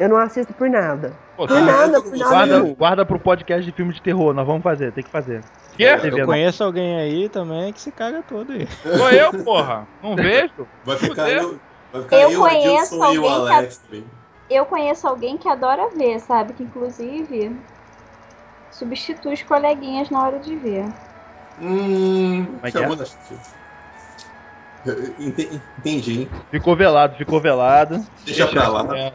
Eu não assisto por nada. Pô, tá? Por sabe é nada, eu por tô nada. gostando. Guarda, nenhum. guarda pro podcast de filme de terror, nós vamos fazer, tem que fazer. Tá o quê? Vai Eu Vendo. conheço alguém aí também que se caga todo aí. Sou eu, porra. Não vejo? ficar Fudeu. eu. Vai ficar Eu eu, a conheço Dilson e o alguém que- Alex também. eu conheço alguém que adora ver, sabe? Que inclusive substitui os coleguinhas na hora de ver. Hum. Como é que chamou na Ente- Entendi, hein? Ficou velado, ficou velado. Deixa pra lá. É.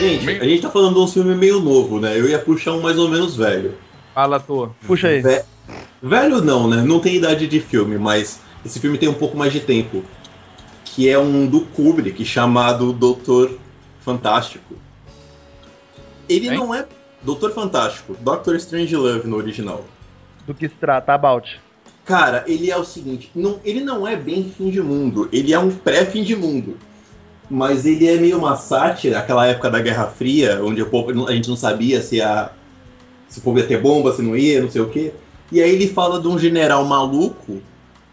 Gente, a gente tá falando de um filme meio novo, né? Eu ia puxar um mais ou menos velho. Fala, tu. Puxa aí. Velho não, né? Não tem idade de filme, mas esse filme tem um pouco mais de tempo. Que é um do Kubrick chamado Doutor Fantástico. Ele Hein? não é Doutor Fantástico, Doctor Strange Love no original. Do que se trata, About. Cara, ele é o seguinte, não, ele não é bem fim de mundo, ele é um pré-fim de mundo. Mas ele é meio uma sátira, aquela época da Guerra Fria, onde o povo, a gente não sabia se a, se for ter bomba, se não ia, não sei o quê. E aí ele fala de um general maluco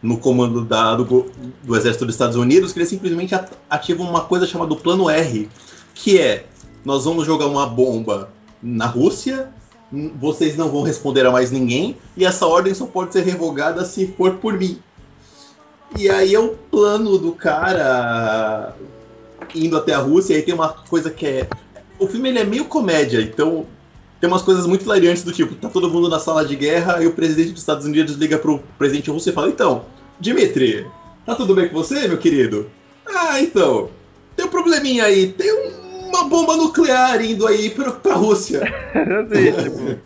no comando da- do, go- do exército dos Estados Unidos que ele simplesmente at- ativa uma coisa chamada o Plano R, que é nós vamos jogar uma bomba na Rússia, n- vocês não vão responder a mais ninguém e essa ordem só pode ser revogada se for por mim. E aí é o plano do cara indo até a Rússia, e aí tem uma coisa que é. O filme ele é meio comédia, então tem umas coisas muito hilariantes do tipo, tá todo mundo na sala de guerra e o presidente dos Estados Unidos liga pro presidente russo e fala, então, Dimitri, tá tudo bem com você, meu querido? Ah, então, tem um probleminha aí, tem uma bomba nuclear indo aí pra, pra Rússia. Assim,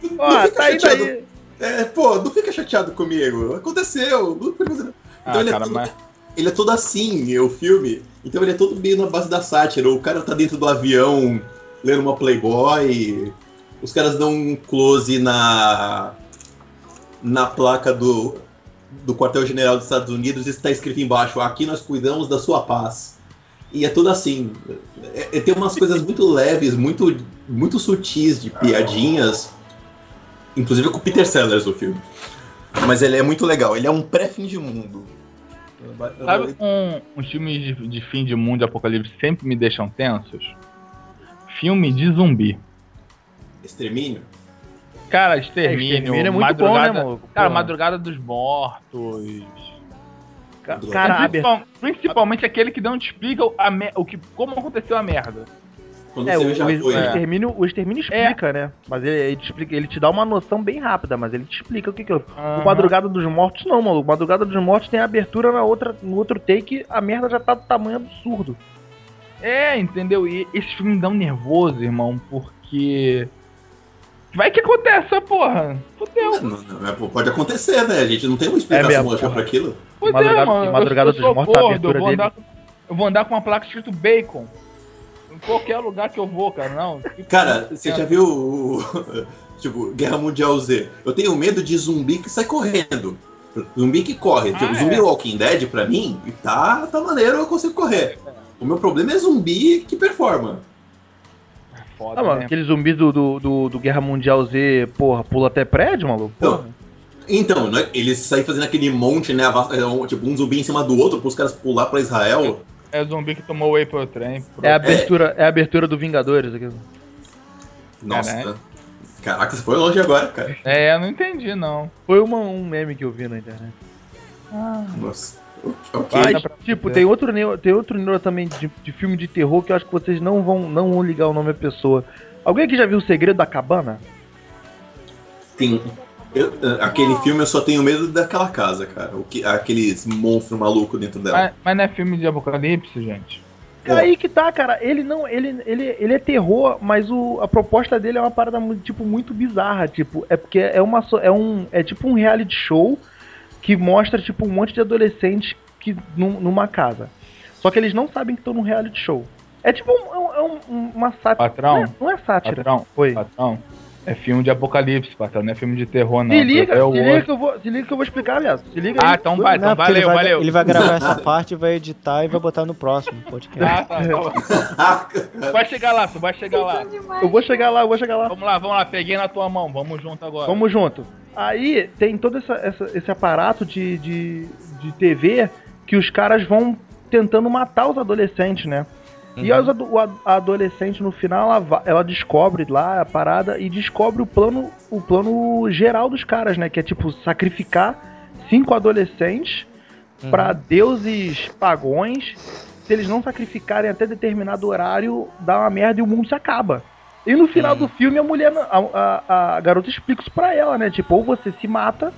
tipo, ó, fica tá indo chateado. aí. É, pô, não fica chateado comigo, aconteceu. não- Então ah, ele é cara, todo- mas ele é todo assim, o filme. Então ele é todo meio na base da sátira. O cara tá dentro do avião lendo uma Playboy. Os caras dão um close na na placa do do quartel-general dos Estados Unidos e está escrito embaixo: "Aqui nós cuidamos da sua paz". E é tudo assim. É- é- tem umas coisas muito leves, muito muito sutis de piadinhas, inclusive com o Peter Sellers no filme. Mas ele é muito legal. Ele é um pré-fim de mundo. tá sabe um, uns filmes de, de fim de mundo e apocalipse sempre me deixam tensos? Filme de zumbi. Extermínio? Cara, É, extermínio, Extermínio é muito bom, né, madrugada. mano? cara, Pô. madrugada dos mortos. Ca- Madrugada. Cara, a abertura- Principal- principalmente aquele que não te explica o- a me- o que, como aconteceu a merda. Quando É, você o, já né? o- foi. o é. extermínio, o extermínio explica, né? Mas ele, ele te explica- ele te dá uma noção bem rápida, mas ele te explica o que que é. O Madrugada dos Mortos não, mano. O Madrugada dos Mortos tem a abertura na outra, no outro take, a merda já tá do tamanho absurdo. É, entendeu? E esses filmes dão nervoso, irmão, porque. Vai que acontece essa porra. Fudeu. Não, não, não, é, pô, pode acontecer, né? A gente não tem uma explicação mesmo, lógica porra. pra aquilo. Fudeu, Madrugada- mano. Madrugada eu, eu dos sou Mortos, a gordo, eu abertura vou, dele. andar, com- eu vou andar com uma placa escrito bacon. Em qualquer lugar que eu vou, cara, não. Cara, É. você já viu. o- tipo, Guerra Mundial Z. Eu tenho medo de zumbi que sai correndo. Zumbi que corre. Tipo, Ah, zumbi é. Walking Dead, pra mim, tá, tá maneiro, eu consigo correr. O meu problema é zumbi que performa. Foda, Ah, mano, né? aquele zumbi do, do, do, do Guerra Mundial Z, porra, pula até prédio, maluco? Porra. Então, né, eles saem fazendo aquele monte, né? ava- é um- Tipo, um zumbi em cima do outro, pros caras pular pra Israel. É zumbi que tomou whey pro trem. Pro... É a abertura, é a abertura do Vingadores aqui. Nossa. Caralho. Caraca, você foi longe agora, cara. É, eu não entendi, não. Foi uma- um meme que eu vi na internet. Nossa. Ok. Vai, Mas, dá pra tipo, fazer. tem outro, neo- tem outro nível também de, de filme de terror que eu acho que vocês não vão, não vão ligar o nome à pessoa. Alguém aqui já viu O Segredo da Cabana? Tem. eu- eh, aquele filme eu só tenho medo daquela casa, cara. O que, aqueles monstros malucos dentro dela. Mas, mas não é filme de apocalipse, gente. É aí que tá, cara. Ele não, ele, ele, ele é terror, mas o, a proposta dele é uma parada mu- tipo muito bizarra, tipo, é porque é uma so- é um é tipo um reality show que mostra tipo um monte de adolescentes que num- numa casa. Só que eles não sabem que estão num reality show. É tipo um- é um- é um- uma sátira. Patrão? Não é, não é sátira. Patrão, Oi. patrão. É filme de apocalipse, patrão. Não é filme de terror, não. se liga, É o se liga outro. que eu vou, se liga que eu vou explicar, aliás. Se liga Ah, aí. então vai, então Não, porque valeu, ele vai, valeu. Ele vai gravar essa parte, vai editar e vai botar no próximo podcast. Ah, tá, tá. Ah, Vai chegar lá, tu vai chegar lá. Então, Eu vou chegar lá, eu vou chegar lá. Vamos lá, vamos lá, peguei na tua mão, vamos junto agora. Vamos junto. Aí tem todo essa- essa- esse aparato de, de, de TV que os caras vão tentando matar os adolescentes, né? E Uhum. os ado- o ad- a adolescente no final ela, va- ela descobre lá a parada e descobre o plano o plano geral dos caras, né? Que é tipo sacrificar cinco adolescentes Uhum. pra deuses pagões. Se eles não sacrificarem até determinado horário, dá uma merda e o mundo se acaba. E no final do filme a mulher, a, a- a garota explica isso pra ela, né? Tipo, ou você se mata,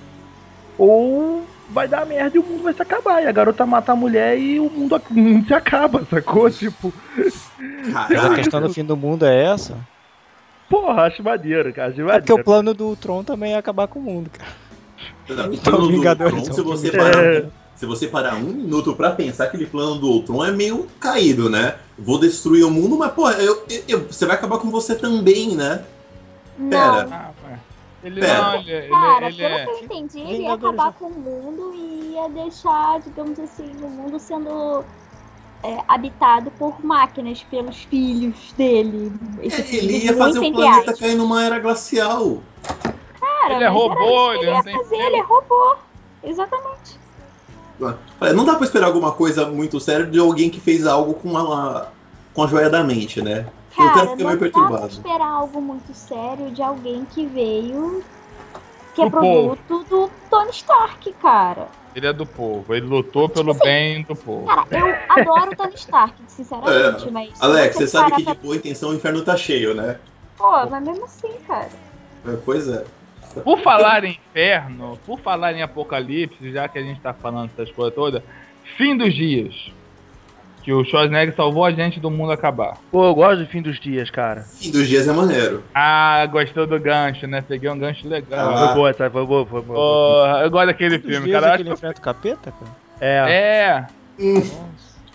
ou vai dar merda e o mundo vai se acabar. E a garota mata a mulher e o mundo, o mundo se acaba, sacou? Tipo, Mas a Caraca. questão do fim do mundo é essa? porra, acho maneiro, cara. Acho É porque o maneiro. plano do Tron também é acabar com o mundo, cara. O Então, plano do Vingadores Ultron, são se você É, parar. Se você parar um minuto pra pensar, aquele plano do Ultron é meio caído, né? Vou destruir o mundo, mas, pô, eu- eu- eu- você vai acabar com você também, né? Não, Pera. Ah, ué. ele Pera. não, ele, ele, cara, ele pelo é. que eu entendi, ele ia Vingadores, acabar com o mundo e ia deixar, digamos assim, o mundo sendo é, habitado por máquinas, pelos filhos dele. Esses É, Ele filhos ia fazer o entre planeta aspas. cair numa era glacial. Cara, Ele é mas era robô, isso que ele não ia tem fazer, cérebro. ele é robô. Exatamente. Olha, Não dá pra esperar alguma coisa muito séria de alguém que fez algo com a, com a joia da mente, né? Eu quero Cara, ficar não meio dá pra perturbado. esperar algo muito sério de alguém que veio. Que é Do povo. produto do Tony Stark, cara. Ele é do povo, ele lutou pelo bem do povo. Cara, eu adoro o Tony Stark, sinceramente, mas. se É, Alex, você sabe parar que pra- de boa intenção o inferno tá cheio, né? Pô, mas mesmo assim, cara. É, Pois é. Por falar em inferno, por falar em apocalipse, já que a gente tá falando essas coisas todas, fim dos dias. Que o Schwarzenegger salvou a gente do mundo acabar. Pô, eu gosto do fim dos dias, cara. Fim dos dias é maneiro. Ah, gostou do gancho, né? Peguei um gancho legal. Ah. Foi boa, sabe? Foi boa, foi boa. Porra, eu gosto daquele Todos os filme, dias cara. é que Acho ele que enfrenta o capeta, cara? É. É. Hum.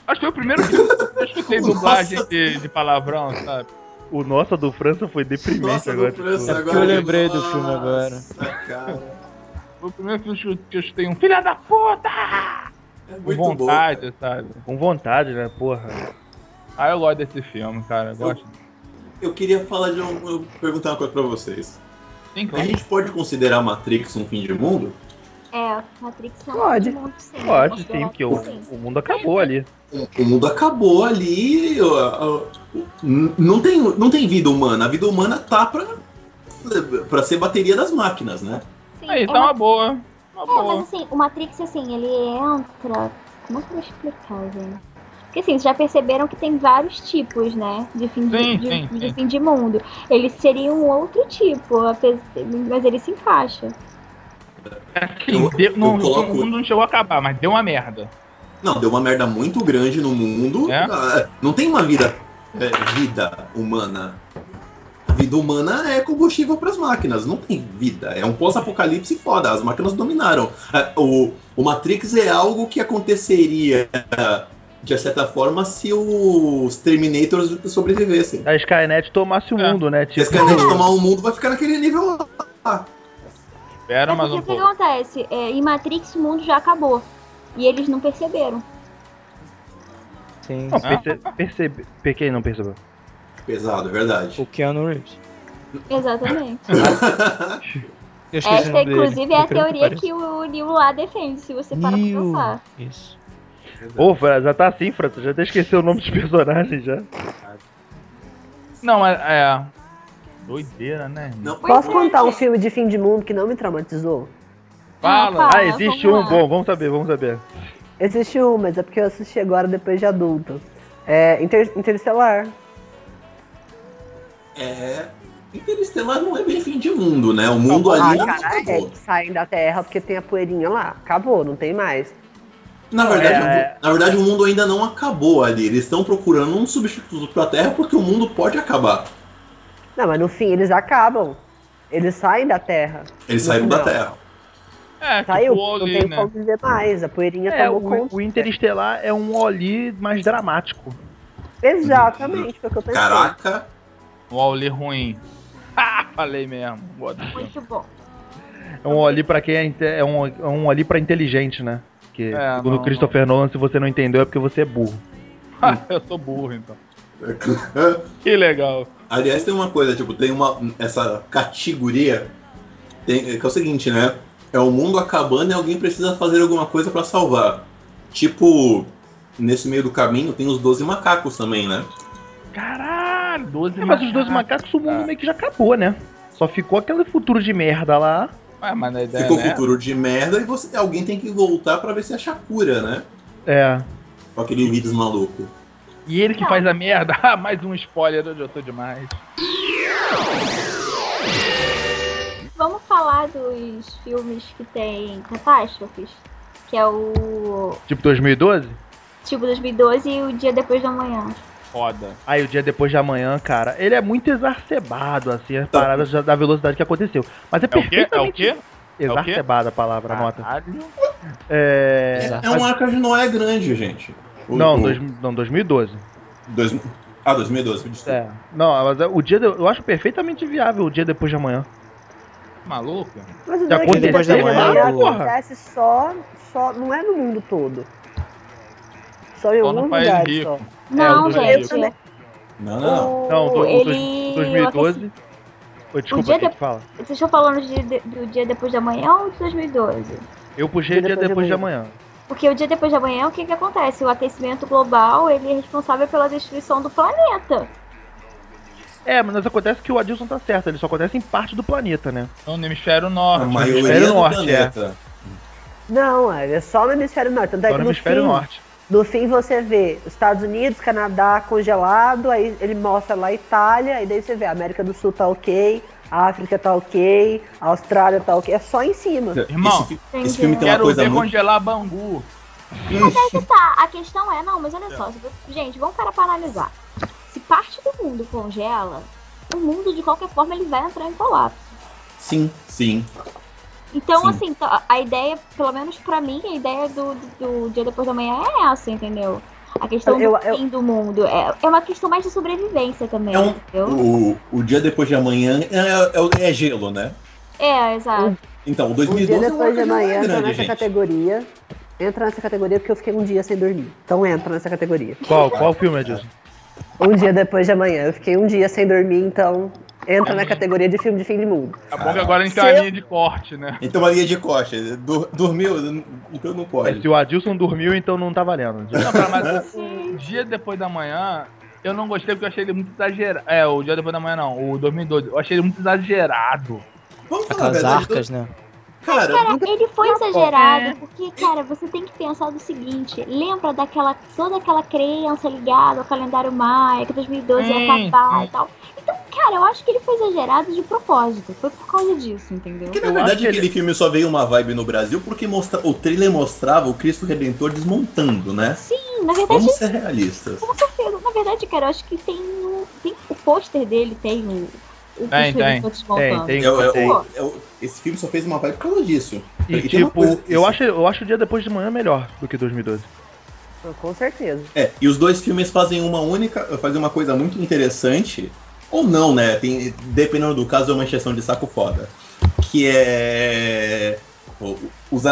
Acho que foi o primeiro filme que eu escutei Nossa. dublagem de, de palavrão, sabe? O nossa do França foi deprimente Nossa, agora. do É França agora. porque eu lembrei do filme agora. Nossa, cara. Foi o primeiro filme que eu escutei um filha da puta! É Com muito bom. vontade, sabe? Com vontade, né? Porra. Ah, eu gosto desse filme, cara. Eu gosto. Eu queria falar de um. eu perguntar uma coisa pra vocês. Sim, A claro. gente pode considerar Matrix um fim de mundo? É, Matrix não Pode. muito sim. Pode sim, porque o, Sim. o mundo acabou ali. O mundo acabou ali. ó, ó, n- Não tem, não tem vida humana. A vida humana tá pra, pra ser bateria das máquinas, né? Sim, Aí, é tá uma- uma boa. Uma É, mas boa. assim, o Matrix, assim, ele entra. Como é que eu vou explicar, gente? Porque assim, vocês já perceberam que tem vários tipos, né? De fim de, Sim, de- sim, de sim. fim de mundo. Ele seria um outro tipo, apes- mas ele se encaixa. Assim, Eu- deu- não, eu coloco- O mundo não chegou a acabar, mas deu uma merda. Não, deu uma merda muito grande no mundo. É? Ah, Não tem uma vida, é, vida humana. A vida humana é combustível para as máquinas, não tem vida. É um pós-apocalipse foda, as máquinas dominaram. Ah, O, o Matrix é algo que aconteceria, ah, de certa forma, se os Terminators sobrevivessem. A Skynet tomasse o É. mundo, né? Se a É, Tipo, Skynet tomar o mundo, vai ficar naquele nível lá. Espera é mais porque um o que pouco. acontece? É, em Matrix o mundo já acabou. E eles não perceberam. Sim. Ah. não, perce, percebe, per- quem não percebeu? Pesado, é verdade. O Keanu Reeves. Exatamente. Eu esqueci o Esta, nome dele, inclusive, é a por incrível teoria pareça. que o Neil lá defende, se você parar pra Neil. pensar. Isso. Ô, Fran, já tá assim, França. Já até esqueceu o nome dos personagens já. Não, é, é. Doideira, né? irmão? Não, Posso Pois é, contar um gente. filme de fim de mundo que não me traumatizou? Fala. Ah, fala, existe um vamos lá. bom, vamos saber, vamos saber. Existe um, mas é porque eu assisti agora depois de adulto. É Inter Interestelar. é. Interestelar não é bem fim de mundo, né? O mundo ali. É que saem da Terra porque tem a poeirinha lá. Acabou, não tem mais. Na verdade, É, na verdade, o mundo ainda não acabou ali. Eles estão procurando um substituto para a Terra porque o mundo pode acabar. Não, mas no fim eles acabam. Eles saem da Terra. Eles saíram Não. da Terra. É, Saiu, tipo não ali, tem né? como viver mais. A poeirinha tá É, tomou o, conta. o Interestelar é um Oli mais dramático. Exatamente, foi o que eu pensei. Caraca, Um Auli ruim. Ah, falei mesmo. Boa do filme. Muito bom. É um Oli pra quem é, inte- é um, é um Oli pra inteligente, né? Que, É, segundo não- Christopher Nolan, se você não entendeu é porque você é burro. Eu sou burro, então. Que legal. Aliás, tem uma coisa, tipo, tem uma. Essa categoria tem- que é o seguinte, né? É o mundo acabando e alguém precisa fazer alguma coisa para salvar. Tipo, nesse meio do caminho tem os 12 macacos também, né? Caralho, 12 É, mas os dois macacos, o mundo meio que já acabou, né? Só ficou aquele futuro de merda lá. Ah, mas na ideia, Ficou um né? futuro de merda e você, alguém tem que voltar para ver se acha cura, né? É. Com aquele vírus maluco. E ele que faz a merda. Ah, mais um spoiler, hoje eu tô demais. Vamos falar dos filmes que tem catástrofes, que é o Tipo 2012? tipo 2012 e o Dia Depois da Manhã. Foda. Aí o dia depois de amanhã, cara, ele é muito exacerbado, assim, as paradas já- da velocidade que aconteceu. Mas é, É o quê? É o perfeitamente quê? exacerbada a palavra, nota. Caralho. É. É, é um arca de Noé grande, gente. O- Não, o- dois, não, 2012. dois- ah, 2012, me desculpa. É. Não, mas é o dia. de- eu acho perfeitamente viável o dia depois de amanhã. Maluco? Já Mas o duro é que aconteceu depois da né? lá, manhã porra. acontece só, só. Não é no mundo todo. Só em Só alguns no país lugares rico. só. É, Não, o do gente. Diego. Não, não, não. O... Não, do- do- ele... 2012. Oi, desculpa, dia quem da- que fala? Vocês estão falando de- de- do dia depois da manhã ou de 2012? Eu puxei dia depois de amanhã. Porque o dia depois da manhã, o que, que acontece? O aquecimento global ele é responsável pela destruição do planeta. É, mas acontece que o Adilson tá certo, ele só acontece em parte do planeta, né? Então, no hemisfério norte. A Hemisfério maioria do Norte, é. planeta. Não, é é só no hemisfério norte. Tanto é Só que no no hemisfério fim, norte. no fim você vê Estados Unidos, Canadá congelado, aí ele mostra lá a Itália, e daí você vê a América do Sul tá ok, a África tá ok, a Austrália tá ok. É só em cima. Irmão, esse, fi- Entendeu? esse filme tem uma Quero coisa ver muito. congelar Bangu. Tá, a questão é, não, mas olha só, se você- gente, vamos parar pra analisar. Se parte do mundo congela, o mundo de qualquer forma ele vai entrar em colapso. Sim, sim. Então, Sim. assim, tá- a ideia, pelo menos pra mim, a ideia do, do, do dia depois da manhã é essa, entendeu? A questão Eu- do eu- fim do mundo. É, é uma questão mais de sobrevivência também, É um- entendeu? O, o dia depois de amanhã é, é- é gelo, né? É, exato. Então, o Um dia 2012 é depois de uma amanhã coisa entra grande, nessa gente. categoria. Entra nessa categoria porque eu fiquei um dia sem dormir. Então entra nessa categoria. Qual, qual filme, Adilson? Um dia depois de amanhã. Eu fiquei um dia sem dormir, então entra na categoria de filme de fim de mundo. Tá bom que agora a gente tem Se uma eu- linha de corte, né? Então, uma linha de costa. Dur- dormiu, então não pode. Se o Adilson dormiu, então não tá valendo. Não, cara, mas o dia depois da manhã, eu não gostei porque eu achei ele muito exagerado. É, o dia depois da manhã não, o 2012. Eu achei ele muito exagerado. É, Vamos falar a Aquelas verdade. arcas, né? Cara, Cara, ele foi É. exagerado, porque, cara, você tem que pensar do seguinte, lembra daquela, toda aquela crença ligada ao calendário maia, que 2012 ia Sim, acabar sim. e tal. Então, cara, eu acho que ele foi exagerado de propósito, foi por causa disso, entendeu? Porque na Eu acho verdade que aquele filme só veio uma vibe no Brasil porque mostra... o trailer mostrava o Cristo Redentor desmontando, né? Sim, na verdade, Vamos ser realistas. com certeza, na verdade, cara, eu acho que tem o, tem o pôster dele, tem o... o Tem, Cristo tem. Santos Tem, voltando. tem, É o- é o- tem. Pô, é o- Esse filme só fez uma vibe por causa disso. E tem uma tipo, coisa que- eu acho, eu acho o dia depois de manhã melhor do que 2012. Com certeza. É, e os dois filmes fazem uma única. fazem uma coisa muito interessante. Ou não, né? Tem, dependendo do caso, é uma encheção de saco foda. Que é. o- Os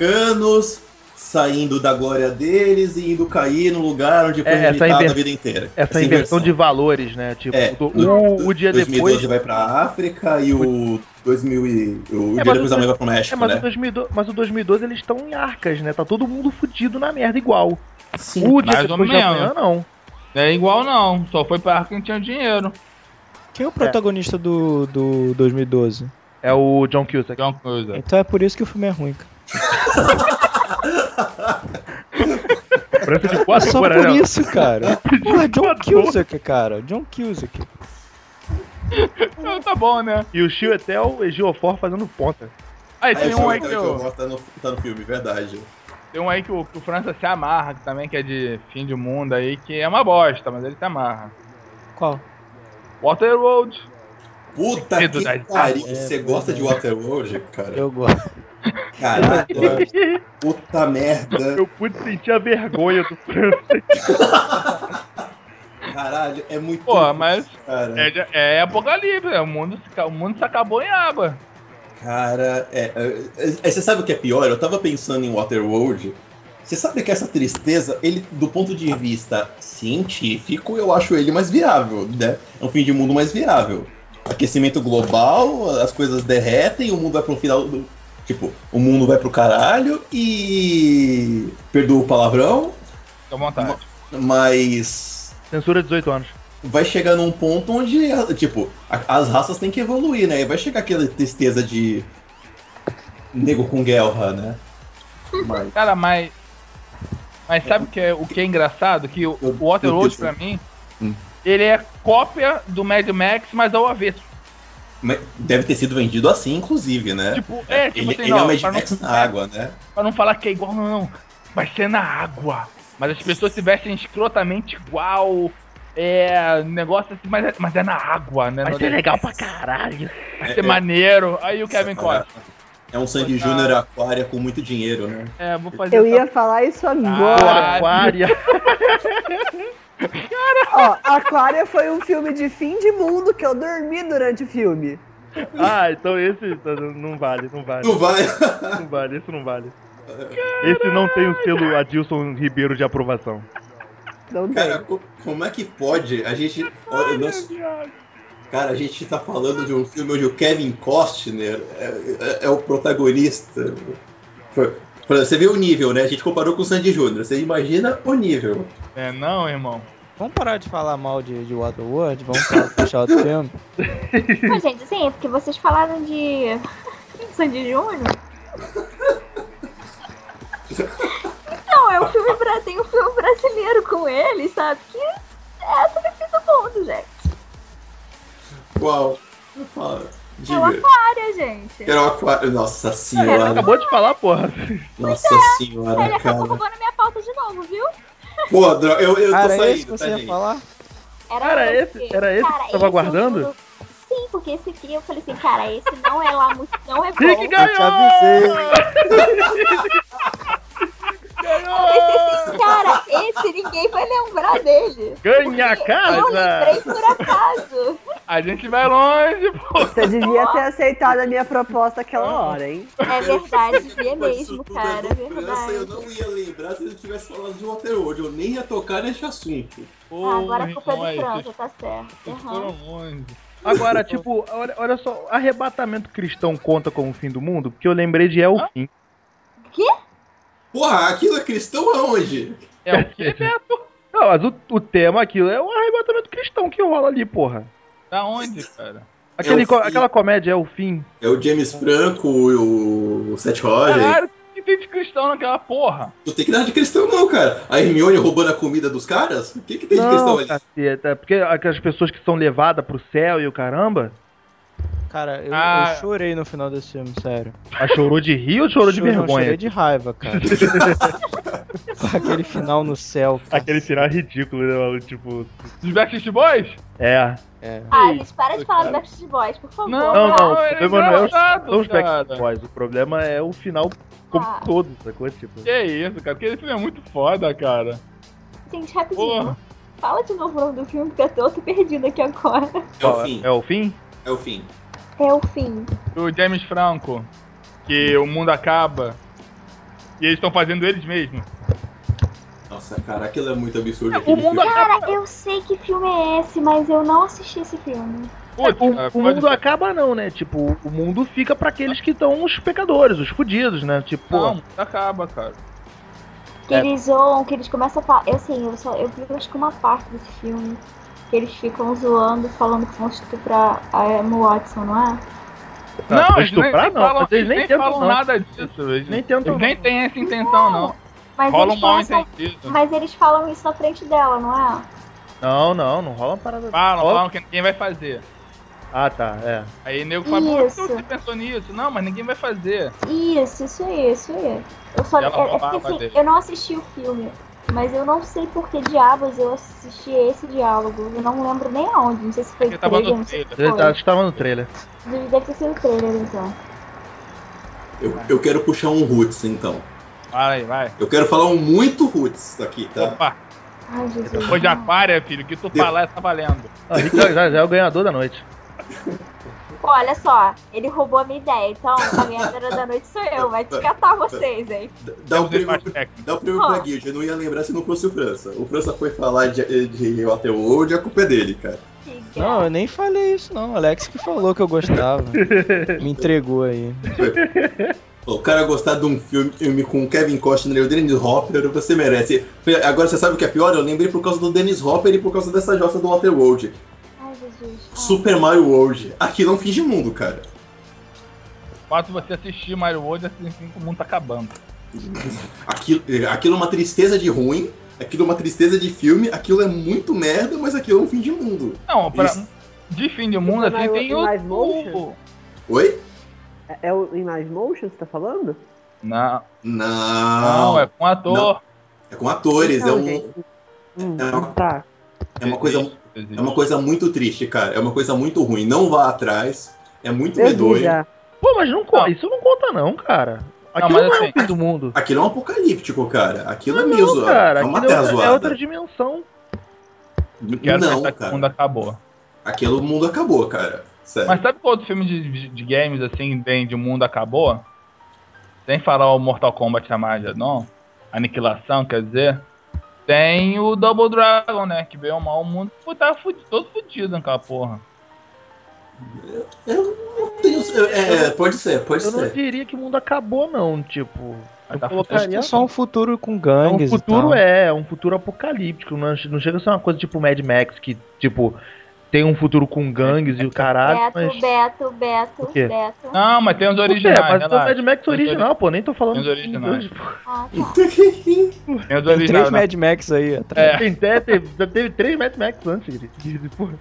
americanos saindo da glória deles e indo cair no lugar onde foi É, essa militado inver- a vida inteira. Essa inversão de valores, né? Tipo, Assim, É, do- do- o, o dia 2012 depois. vai pra África e o 2000 e, o É, dia mas depois o- da manhã vai pro México, É, mas, o né? 2012, mas o 2012 eles estão em arcas, né? Tá todo mundo fudido na merda igual. Sim. O dia mais ou depois de menos. amanhã, não. Não é igual não, só foi pra quem tinha dinheiro. Quem é o protagonista do, do 2012? É o John Cusack. Que é uma coisa. Então é por isso que o filme é ruim, cara. França de É quatro só por temporadas. isso, cara. Porra, John Cusack, cara. John Cusack. É, tá bom, né? E o Chio Etel e Geofor fazendo ponta. Aí Ah, tem esse um é o aí então que que eu eu, gosto, tá no, tá no filme, verdade. tem um aí que o, que o França se amarra que também, que é de fim de mundo aí, que é uma bosta, mas ele se amarra. Qual? Waterworld. Puta Medo que da- pariu, É, você pois gosta é. de Waterworld, cara? Eu gosto. Caraca, puta merda. Eu pude sentir a vergonha do França. Caralho, é muito. Pô, mas Cara, é, de- é apocalipse, é, o, mundo, se ca- o mundo se acabou em água. cara é, é, é, é, Você sabe o que é pior? Eu tava pensando em Waterworld. Você sabe que essa tristeza, ele, do ponto de vista científico, eu acho ele mais viável, né? É um fim de mundo mais viável. Aquecimento global, as coisas derretem, o mundo vai pro final do. Tipo, o mundo vai pro caralho e. Perdoa o palavrão, Fica à vontade. mas. Censura 18 anos. vai chegar num ponto onde, tipo, a- as raças têm que evoluir, né? E vai chegar aquela tristeza de nego com guerra, né? Mas, Cara, mas. Mas sabe o que é, o que é engraçado? Que o, Eu- o Waterworld, eu- pra mim, Hum. ele é cópia do Mad Max, mas ao avesso. É, mas deve ter sido vendido assim, inclusive, né? Tipo, é, tipo ele assim, ele é não, o Mad pra Max não, na água, né? pra não falar que é igual, não, não. Vai ser na água. Mas as pessoas se vestem escrotamente igual. É. Negócio assim, mas é, mas é na água, né? Vai Não ser deve- legal pra caralho. Vai ser maneiro. Aí o Kevin Costner. É um Sandy Botar- Júnior aquária com muito dinheiro, né? É, vou fazer. Eu essa- ia falar isso agora. Ah, Aquária. Ó, Aquária foi um filme de fim de mundo que eu dormi durante o filme. Ah, então esse tá- não vale, não vale. É. Não vai. Não vale, isso não vale. Esse não tem o selo Adilson Ribeiro de aprovação. Não Cara, tem. co- como é que pode? A gente. É olha, nós- cara, a gente tá falando de um filme onde o Kevin Costner é, é- é o protagonista. Foi- foi- Você vê o nível, né? A gente comparou com o Sandy Júnior. Você imagina o nível. É não, irmão. Vamos parar de falar mal de, de Waterworld, vamos falar- puxar outro filme. Não, gente, sim, é porque vocês falaram de. Sandy Júnior? Não, é um filme bra... tem um filme brasileiro com ele, sabe? Que é sobre o fim do mundo, gente. Uau. Fala. É o Diga. aquário, gente. Era o aquário. É, Nossa senhora. Acabou de falar, porra. Nossa Ele senhora, acabou cara. roubando a minha pauta de novo, viu? Pô, droga, eu, eu tô Cara, é isso que saindo, você tá, ia gente? falar? Era, Era esse, esse- era esse que você tava é um aguardando? jogo- Sim, porque esse aqui eu falei assim, cara, esse não é lá muito. Não é bom. Rick Eu Eu te ganhou! avisei. pensei assim, cara, esse ninguém vai lembrar dele. Ganha a Eu lembrei casa! por acaso. A gente vai longe, pô. Você devia ter aceitado a minha proposta aquela hora, hein? É verdade, via Pô, isso mesmo, tudo cara, é é lembrança, Eu verdade. não ia lembrar se eu tivesse falado de Waterworld. Eu nem ia tocar nesse assunto. Pô, Ah, agora a culpa é irmão, do aí, França, vocês- tá certo. vocês Aham. foram longe. Agora, tipo, olha, olha só, arrebatamento cristão conta como o fim do mundo? Porque eu lembrei de É Ah, o Fim. Porra, aquilo é cristão aonde? É o que, Beto? Não, mas o, o tema aquilo é o arrebatamento cristão que rola ali, porra. Da onde, cara? Aquele, É o co- fim. aquela comédia É o Fim. É o James Franco e o Seth Rogen. Caralho, o que tem de cristão naquela porra? Não tem que dar de cristão, não, cara. A Hermione roubando a comida dos caras? O que, que tem de cristão Não, ali? caceta, porque aquelas pessoas que são levadas pro céu e o caramba, Cara, eu, Ah. eu chorei no final desse filme, sério. mas chorou de rir ou chorou de Chorei- não, vergonha? Chorei de raiva, cara. Aquele final no céu. Cara. Aquele final ridículo, né, maluco? tipo... Dos Backstreet Boys? É, É. Ah, gente, para de falar do Backstreet Boys, por favor. Ah, Não, Não, não, era o problema não é o- engraçado, não os cara. Backstreet Boys, o problema é o final como Ah. todo, sacou? Tipo, Que isso, cara? Aquele filme é muito foda, cara. Gente, rapidinho. Porra. Fala de novo o nome do filme, porque eu tô, eu tô perdida aqui agora. É o fim. é o fim? É o fim. É o fim. Do James Franco. Que o mundo acaba. E eles estão fazendo eles mesmos. Nossa, cara, aquilo é muito absurdo. O aquele mundo filme. acaba, Cara, eu sei que filme é esse, mas eu não assisti esse filme. Putz, É, o- cara, o pode- mundo acaba não, né? Tipo, o mundo fica pra aqueles que estão os pecadores, os fudidos, né? Tipo, Não, o pô, mundo acaba, cara. Tá, Que É. eles zoam, que eles começam a falar. Eu assim, eu só eu vi acho que uma parte desse filme. Que eles ficam zoando, falando que vão estuprar a Emma Watson, não é? Tá, eles pra nem- estuprar, nem não, falam, mas eles nem nem tentam, falam não. nada disso. Eles nem tentam... eles nem têm essa intenção, não. Mas Rola um eles falam mal essa- entendido. Mas eles falam isso na frente dela, não é? Não, não, não rola uma parada... Falam, Ó. falam que ninguém vai fazer. Ah, tá, é. Aí o nego fala, pô, por que Isso. você pensou nisso? Não, mas ninguém vai fazer. Isso, isso aí, isso aí. Eu só. E ela "Ah, é- é roubava porque, assim, dele. eu não assisti o filme. Mas eu não sei por que diabos eu assisti esse diálogo. Eu não lembro nem aonde. Não sei se foi Porque tava trailer, no não sei se trailer. Ele foi. tá- Acho que tava no trailer. Deve ter sido trailer, então. é- Eu, eu quero puxar um Roots, então. Fala aí, vai. Eu quero falar um muito Roots aqui, tá? Opa, Ai, Jesus. depois de aquária, filho, o que tu falar tá valendo. Ah, Rick já, já- já é o ganhador da noite. Pô, olha só, ele roubou a minha ideia, então a minha ideia da noite sou eu. Vai descartar vocês, hein? D- Dá um Vamos ver prêmio, parte técnica. dá um prêmio pra Guild. Eu não ia lembrar se não fosse o França. O França foi falar de, de Waterworld e a culpa é dele, cara. Que Não, eu nem falei isso, não. O Alex que falou que eu gostava. Me entregou aí. O cara gostar de um filme, filme com o Kevin Costner e o Dennis Hopper, você merece. Agora você sabe o que é pior? Eu lembrei por causa do Dennis Hopper e por causa dessa jossa do Waterworld. Ai, Jesus. Super Mario World. Aquilo é um fim de mundo, cara. Fato você assistir Mario World, assim, o mundo tá acabando. Aquilo, aquilo é uma tristeza de ruim, aquilo é uma tristeza de filme, aquilo é muito merda, mas aquilo é um fim de mundo. Não, pra, Isso. de fim de mundo, Isso é assim, live- tem o... live motion? o- Oi? É- É o em live motion que você tá falando? Não, Não. não, é com ator. é com atores, é, Não, um- gente. Hum, Não. tá. é uma coisa Existe. é uma coisa muito triste, cara. É uma coisa muito ruim. Não vá atrás. É muito Eu vi medonho. já. Pô, mas não conta. Não. Isso não conta, não, cara. Não, Aquilo não, mas é assim- o fim do mundo. Aquilo é um apocalíptico, cara. Aquilo é meio Não, zoado. cara, é uma aquilo é terra outra, zoada. é outra dimensão. Quero não, pensar que o cara. é mundo acabou. Aquilo o mundo acabou, cara. Sério. Mas sabe qual outro filme de, de- de games, assim, tem de mundo acabou? Sem falar o Mortal Kombat Armageddon, Aniquilação, quer dizer. Tem o Double Dragon, né? Que veio mal o mundo pô, tava fudido, todo fudido naquela porra. Eu não tenho. É, é, pode ser, pode Eu não ser. diria que o mundo acabou, não, tipo. Mas Eu tá Acho que colocaria é só um futuro com É gangues. um e futuro tal. é, é um futuro apocalíptico. Não, não chega a ser uma coisa tipo Mad Max, que, tipo, tem um futuro com gangues e o caralho, mas. Beto, Beto, Beto, O quê? Beto. Não, mas tem os Por quê? originais, Mas o relaxa. Mad Max Tem os original, pô, nem tô falando. Tem os originais. Pô, Ah, tá. Tem os Tem três originais. né? Mad Max aí atrás. É. Tem, até- teve, já teve três Mad Max antes, ele. Porra.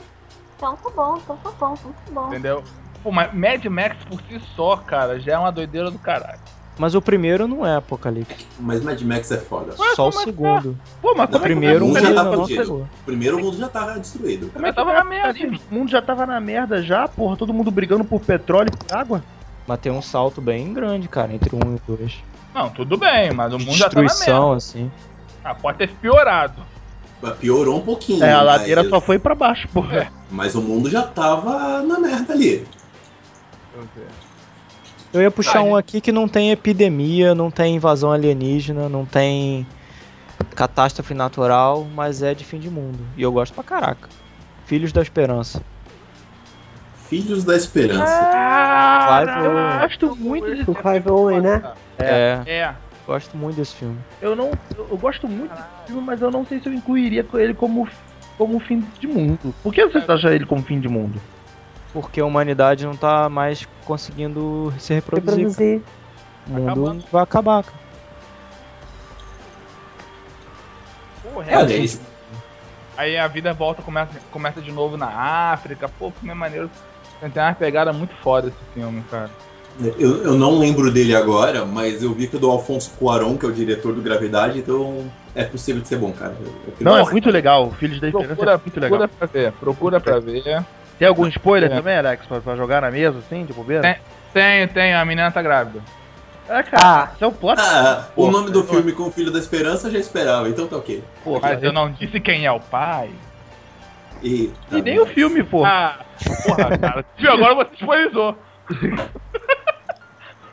Então tá bom, então tá bom, muito bom. Entendeu? Pô, mas Mad Max por si só, cara, já é uma doideira do caralho. Mas o primeiro não é Apocalipse. Mas Mad Max é foda. só o como é que segundo. Pô, mas O como é que primeiro o o mundo já mundo tá não fudido? chegou. O primeiro mundo já tava destruído. Mas tava na merda. Assim, o mundo já tava na merda já, porra, todo mundo brigando por petróleo e por água. Mas tem um salto bem grande, cara, entre um e o dois. Não, tudo bem, mas o mundo já tá na merda. Destruição, assim. Ah, pode ter piorado. Piorou um pouquinho. É, a mas- ladeira só foi pra baixo, porra. Mas o mundo já tava na merda ali. Eu ia puxar Ah, um aqui que não tem epidemia, não tem invasão alienígena, não tem catástrofe natural, mas é de fim de mundo. E eu gosto pra caraca. Filhos da Esperança. Filhos da É, Esperança. Clive eu Owen. gosto muito de. O Clive Owen, né? É, É. gosto muito desse filme. Eu não. Eu eu gosto muito desse filme, mas eu não sei se eu incluiria com ele como, como fim de mundo. É. Por que você acha ele como fim de mundo? Porque a humanidade não tá mais conseguindo se reproduzir. cara. Reproduzir. O mundo Acabando. vai acabar. cara. Porra, é Olha, eles- Aí a vida volta, começa, começa de novo na África. Pô, que maneiro. Tem uma pegada muito foda esse filme, cara. Eu, eu não lembro dele agora, mas eu vi que é do Alfonso Cuarón, que é o diretor do Gravidade, então é possível de ser bom, cara. Eu- eu- Não, é Porra, muito legal. Filhos da Esperança Procura, é muito legal. procura pra ver, procura pra ver. Tem algum spoiler É. também, Alex, pra, pra jogar na mesa, assim, de bobeira? É. Tenho, tenho, a menina tá grávida. É, cara. Ah. Isso é o plot. ah, o Porra, nome do é, eu- filme com o Filho da Esperança eu já esperava, então tá ok. Porra, Mas eu não disse quem é o pai. E, tá E nem o filme, pô. Ah, porra, cara. Viu, agora você spoilizou.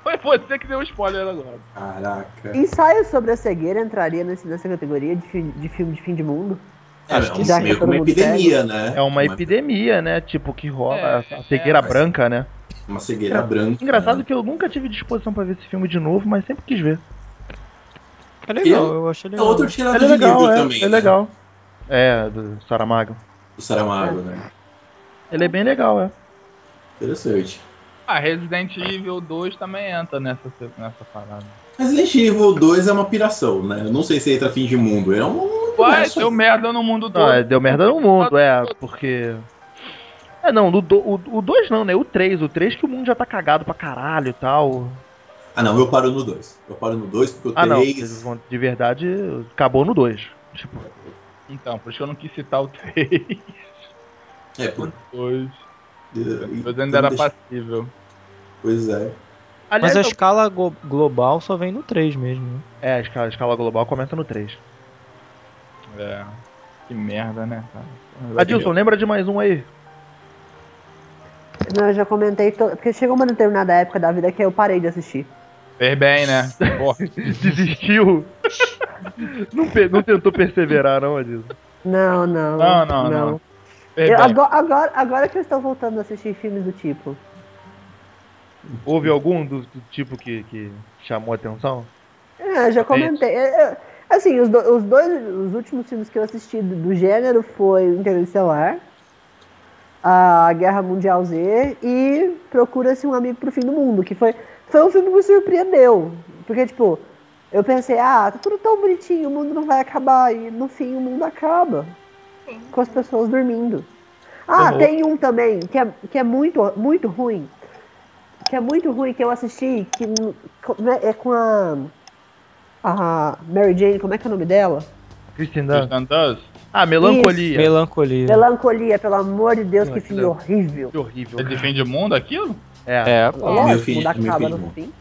Foi você que deu o spoiler agora. Caraca. Ensaio sobre a cegueira entraria nesse- nessa categoria de, fi- de filme de fim de mundo? Cara, é que um, já que meio que todo uma mundo epidemia, né? É uma epidemia, né? Tipo, que rola É, a cegueira é, mas- branca, né? Uma cegueira branca. Engraçado né? que eu nunca tive disposição pra ver esse filme de novo, mas sempre quis ver. É legal, Eu- eu achei É legal. outro tirado É de legal, livro é, também. é né? legal. É, do Saramago. Do É. Saramago, né? Ele é bem legal, é. Interessante. Ah, Resident Evil 2 também entra nessa, nessa parada. Resident Evil 2 é uma piração, né? Eu não sei se entra fim de mundo. É um. Vai, então- universo- deu merda no mundo todo. Não, é, deu merda no mundo, é, porque. É, não, no do, o 2 não, né? O 3. O 3 que o mundo já tá cagado pra caralho e tal. Ah, não, eu paro no 2. Eu paro no 2 porque o Ah, não. 3. De verdade, acabou no 2. Tipo, Então, por isso que eu não quis citar o 3. é, por... Pois, Mas pois ainda era passível. Pois é. aliás, Mas a eu- escala go- global só vem no 3 mesmo. né? é, a escala, a escala global começa no 3. É. Que merda, né, cara? Adilson, lembra de mais um aí? Não, eu já comentei, to- porque chegou uma determinada época da vida que eu parei de assistir. Fez bem, né? Porra. Desistiu? não, pe- não tentou perseverar, não, Adilson. Não, não. Não, não, não. Fez Eu- bem. agora, agora, agora que eu estou voltando a assistir filmes do tipo. Houve algum do, do tipo que, que chamou atenção? É, eu já comentei. É, é, assim, os, do- os dois os últimos filmes que eu assisti do, do gênero foi Interestelar, a Guerra Mundial Z e Procura-se um Amigo pro Fim do Mundo, que foi, foi um filme que me surpreendeu. Porque, tipo, eu pensei, ah, tá tudo tão bonitinho, o mundo não vai acabar, e no fim o mundo acaba. Sim. Com as pessoas dormindo. Ah, Uhum. tem um também, que é, que é muito, muito ruim. Que é muito ruim, que eu assisti, que n- como é é com a a Mary Jane, como é que é o nome dela? Cristina. Christian Dust? Ah, melancolia. Melancolia. Melancolia, pelo amor de Deus, Não, que que filme legal. horrível. Que horrível. É de cara. fim de mundo aquilo? É. É, pô. Lógico, Meu filho, mundo meu acaba filho. no fim.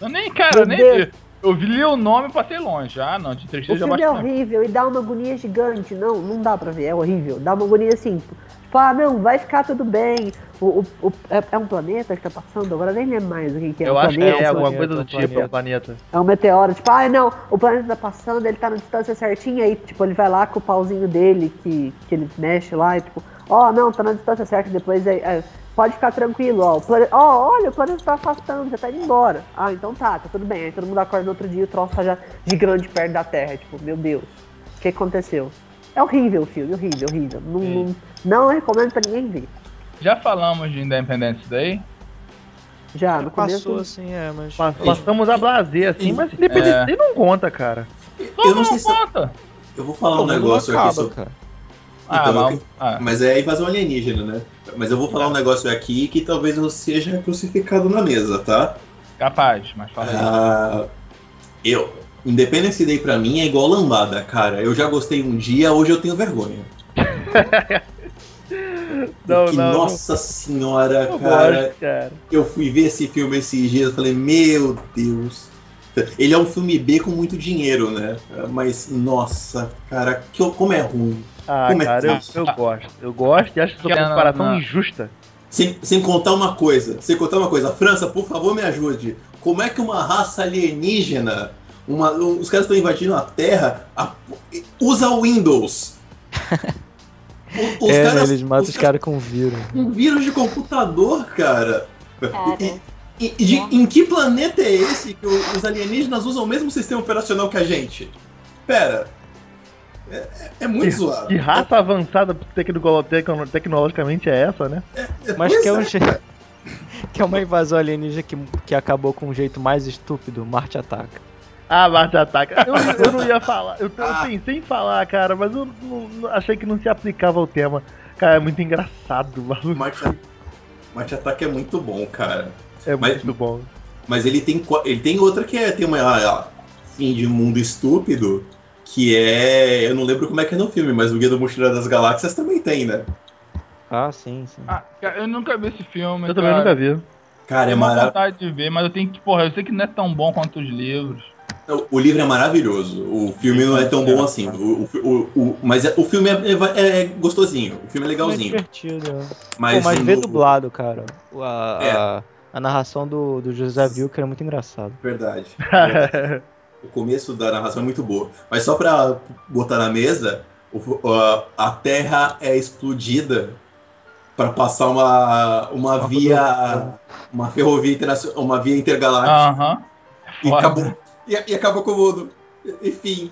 Eu nem, cara, eu Meu nem Deus. vi. Eu vi li o nome e passei longe. Ah, não, de O tristeza já filme é bastante. horrível e dá uma agonia gigante. Não, não dá pra ver, é horrível. Dá uma agonia assim. tipo, tipo, ah, não, vai ficar tudo bem. O, o- o- é, é um planeta que tá passando, agora nem lembro mais o que, que é. Eu um acho que planeta, é alguma planeta, coisa do um tipo, é um planeta. É um meteoro, tipo, ah, não, o planeta tá passando, ele tá na distância certinha, aí, tipo, ele vai lá com o pauzinho dele, que, que ele mexe lá, e tipo, ó, não, tá na distância certa, depois é, é, pode ficar tranquilo, ó, o plane- ó, olha, o planeta tá afastando, já tá indo embora. Ah, então tá, tá tudo bem, aí todo mundo acorda no outro dia, e o troço tá já gigante perto da Terra, tipo, meu Deus, o que aconteceu? É horrível o filme, horrível, horrível, não, não, não recomendo pra ninguém ver, Já falamos de Independence Day? já, Ah, no começo... Passou assim, é, mas. Pa- Passamos a blazer, assim, mas É. independente não conta, cara. Todo Eu não sei se. conta. Eu vou falar Todo um mundo negócio acaba, aqui só. cara. Ah, Então, mas, eu- ah, Mas é invasão alienígena, né? Mas eu vou falar um negócio aqui que talvez eu seja crucificado na mesa, tá? capaz, mas fala aí. Ah, eu. Independence Day pra mim é igual lambada, cara. Eu já gostei um dia, hoje eu tenho vergonha. Não, Porque, não, não. nossa senhora, Eu cara. gosto, cara. Eu fui ver esse filme esses dias e falei, meu Deus. Ele é um filme B com muito dinheiro, né? Mas, nossa, cara, que, como é ruim. Ah, Como é cara, eu, que- eu gosto. Eu gosto e acho que é Não, uma comparação não. injusta. Sem, sem contar uma coisa, sem contar uma coisa. França, por favor, me ajude. Como é que uma raça alienígena, uma- um- os caras estão invadindo a Terra, a- usa o Windows? O- os é, né, caras- eles matam os caras caras com vírus. com vírus de computador, cara. Cara. E- e- e de- em que planeta é esse que o- os alienígenas usam o mesmo sistema operacional que a gente? Pera. É, é- é muito zoado. Que raça avançada tecno- tecno- tecnologicamente é essa, né? Mas Pois que é, um é, je- que é uma invasão alienígena que, que acabou com um jeito mais estúpido, Marte ataca. Ah, Marte ataca. Eu, eu não ia falar. Eu, eu Ah. pensei em falar, cara, mas eu não- não- achei que não se aplicava ao tema. Cara, é muito engraçado, maluco. Marte, Marte Ataque é muito bom, cara. É Mas- muito bom. Mas ele tem, qua- ele tem outra que é. Tem uma. a- fim de mundo estúpido. Que é. Eu não lembro como é que é no filme, mas o Guia do Mochileiro das Galáxias também tem, né? Ah, sim, sim. Ah, cara, eu nunca vi esse filme. Eu também cara. nunca vi. Cara, é tenho uma maravilhoso. vontade de ver, mas eu tenho que, porra, eu sei que não é tão bom quanto os livros. O livro é maravilhoso. O filme não é tão bom assim. O, o, o- o- mas é- o filme é, é- é gostosinho. O filme é É legalzinho. divertido, né? Pô, Mas, mas o- vê dublado, cara. O- A, É. a- a narração do, do José Wilker é muito engraçado. Verdade. o começo da narração é muito boa. Mas só pra botar na mesa, o- a, a Terra é explodida pra passar uma, uma, Uma via. Uma ferrovia internacional. Uma via intergaláctica. Aham. e, foda. acabou, e, e acabou com o mundo. Enfim.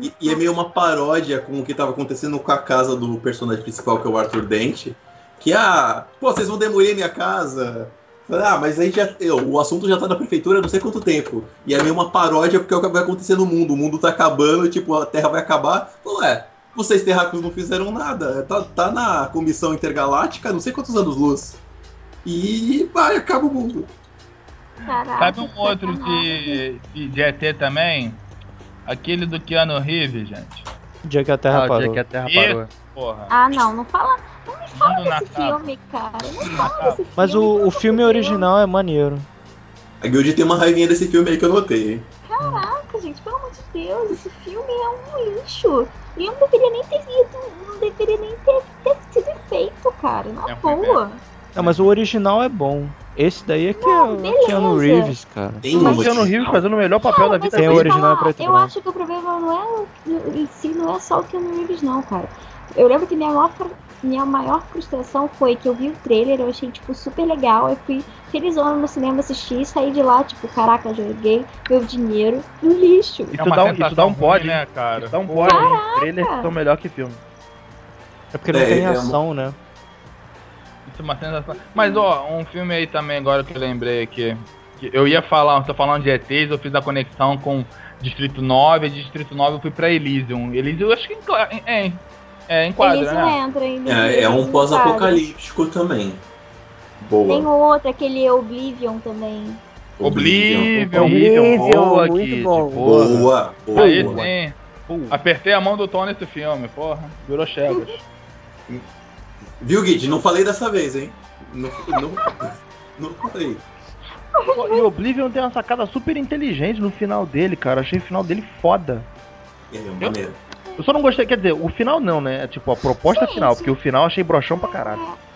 E, e é meio uma paródia com o que tava acontecendo com a casa do personagem principal, que é o Arthur Dente. Que, ah, pô, vocês vão demolir minha casa. Ah, mas aí já, eu, o assunto já tá na prefeitura há não sei quanto tempo. E é meio uma paródia porque é o que vai acontecer no mundo. O mundo tá acabando, tipo, a Terra vai acabar. Ué, vocês terráqueos não fizeram nada. Tá, tá na comissão intergaláctica, não sei quantos anos luz. E vai, acaba o mundo. Caraca, Sabe que um outro sacanagem. de, de, de ET também? Aquele do Keanu Reeves, gente. O dia que a Terra Ah, o dia parou. que a Terra Isso. parou. Porra. Ah, não, não fala, não me fala Mundo na desse capa. filme, cara. Não fala desse Mas filme. o, o filme original é maneiro. A Guild tem uma raivinha desse filme aí que eu notei, hein? Caraca, gente, pelo amor de Deus, esse filme é um lixo. E eu não deveria nem ter ido, não deveria nem ter, ter sido feito, cara. Na É um filme boa. Não, mas o original é bom. Esse daí é que é o beleza. Keanu Reeves, cara. Tem O um Luciano Rios Tá fazendo o melhor papel da vida eu Tem o vou te dele. original falar, é preto e Eu branco. acho que o problema não é o- em si, não é só o Keanu Reeves, não, cara. Eu lembro que minha maior, fru- minha maior frustração foi que eu vi o trailer, eu achei, tipo, super legal. Eu fui felizona no cinema assistir, saí de lá, tipo, caraca, joguei meu dinheiro no lixo. Isso dá um- isso É sensação dá um ruim, pode, né, cara? Dá um pode, hein? Trailers são melhor que filme. É porque não É, tem é uma- ação, né? Isso é uma sensação. Mas, ó, um filme aí também, agora que eu lembrei aqui. que eu ia falar, tô falando de ETs, eu fiz a conexão com Distrito 9, e Distrito 9 eu fui pra Elysium. Elysium eu acho que encla- é, é, é enquadra, Eles não né? entram em É, é um pós-apocalíptico também. Tem um Boa. outro, aquele Oblivion também. é um Oblivion. Oblivion, boa, muito Kid, tipo, bom. boa. Boa, boa. Aí boa. sim. Pô, Apertei a mão do Tom nesse filme, porra. Virou Chegas. Viu, Guide? Não falei dessa vez, hein? Não, não, não falei. E Oblivion tem uma sacada super inteligente no final dele, cara. Achei o final dele foda. É, maneiro. Eu só não gostei, quer dizer, o final não, né? É Tipo, a proposta Sim, final, sim. porque o final eu achei broxão pra caralho. É.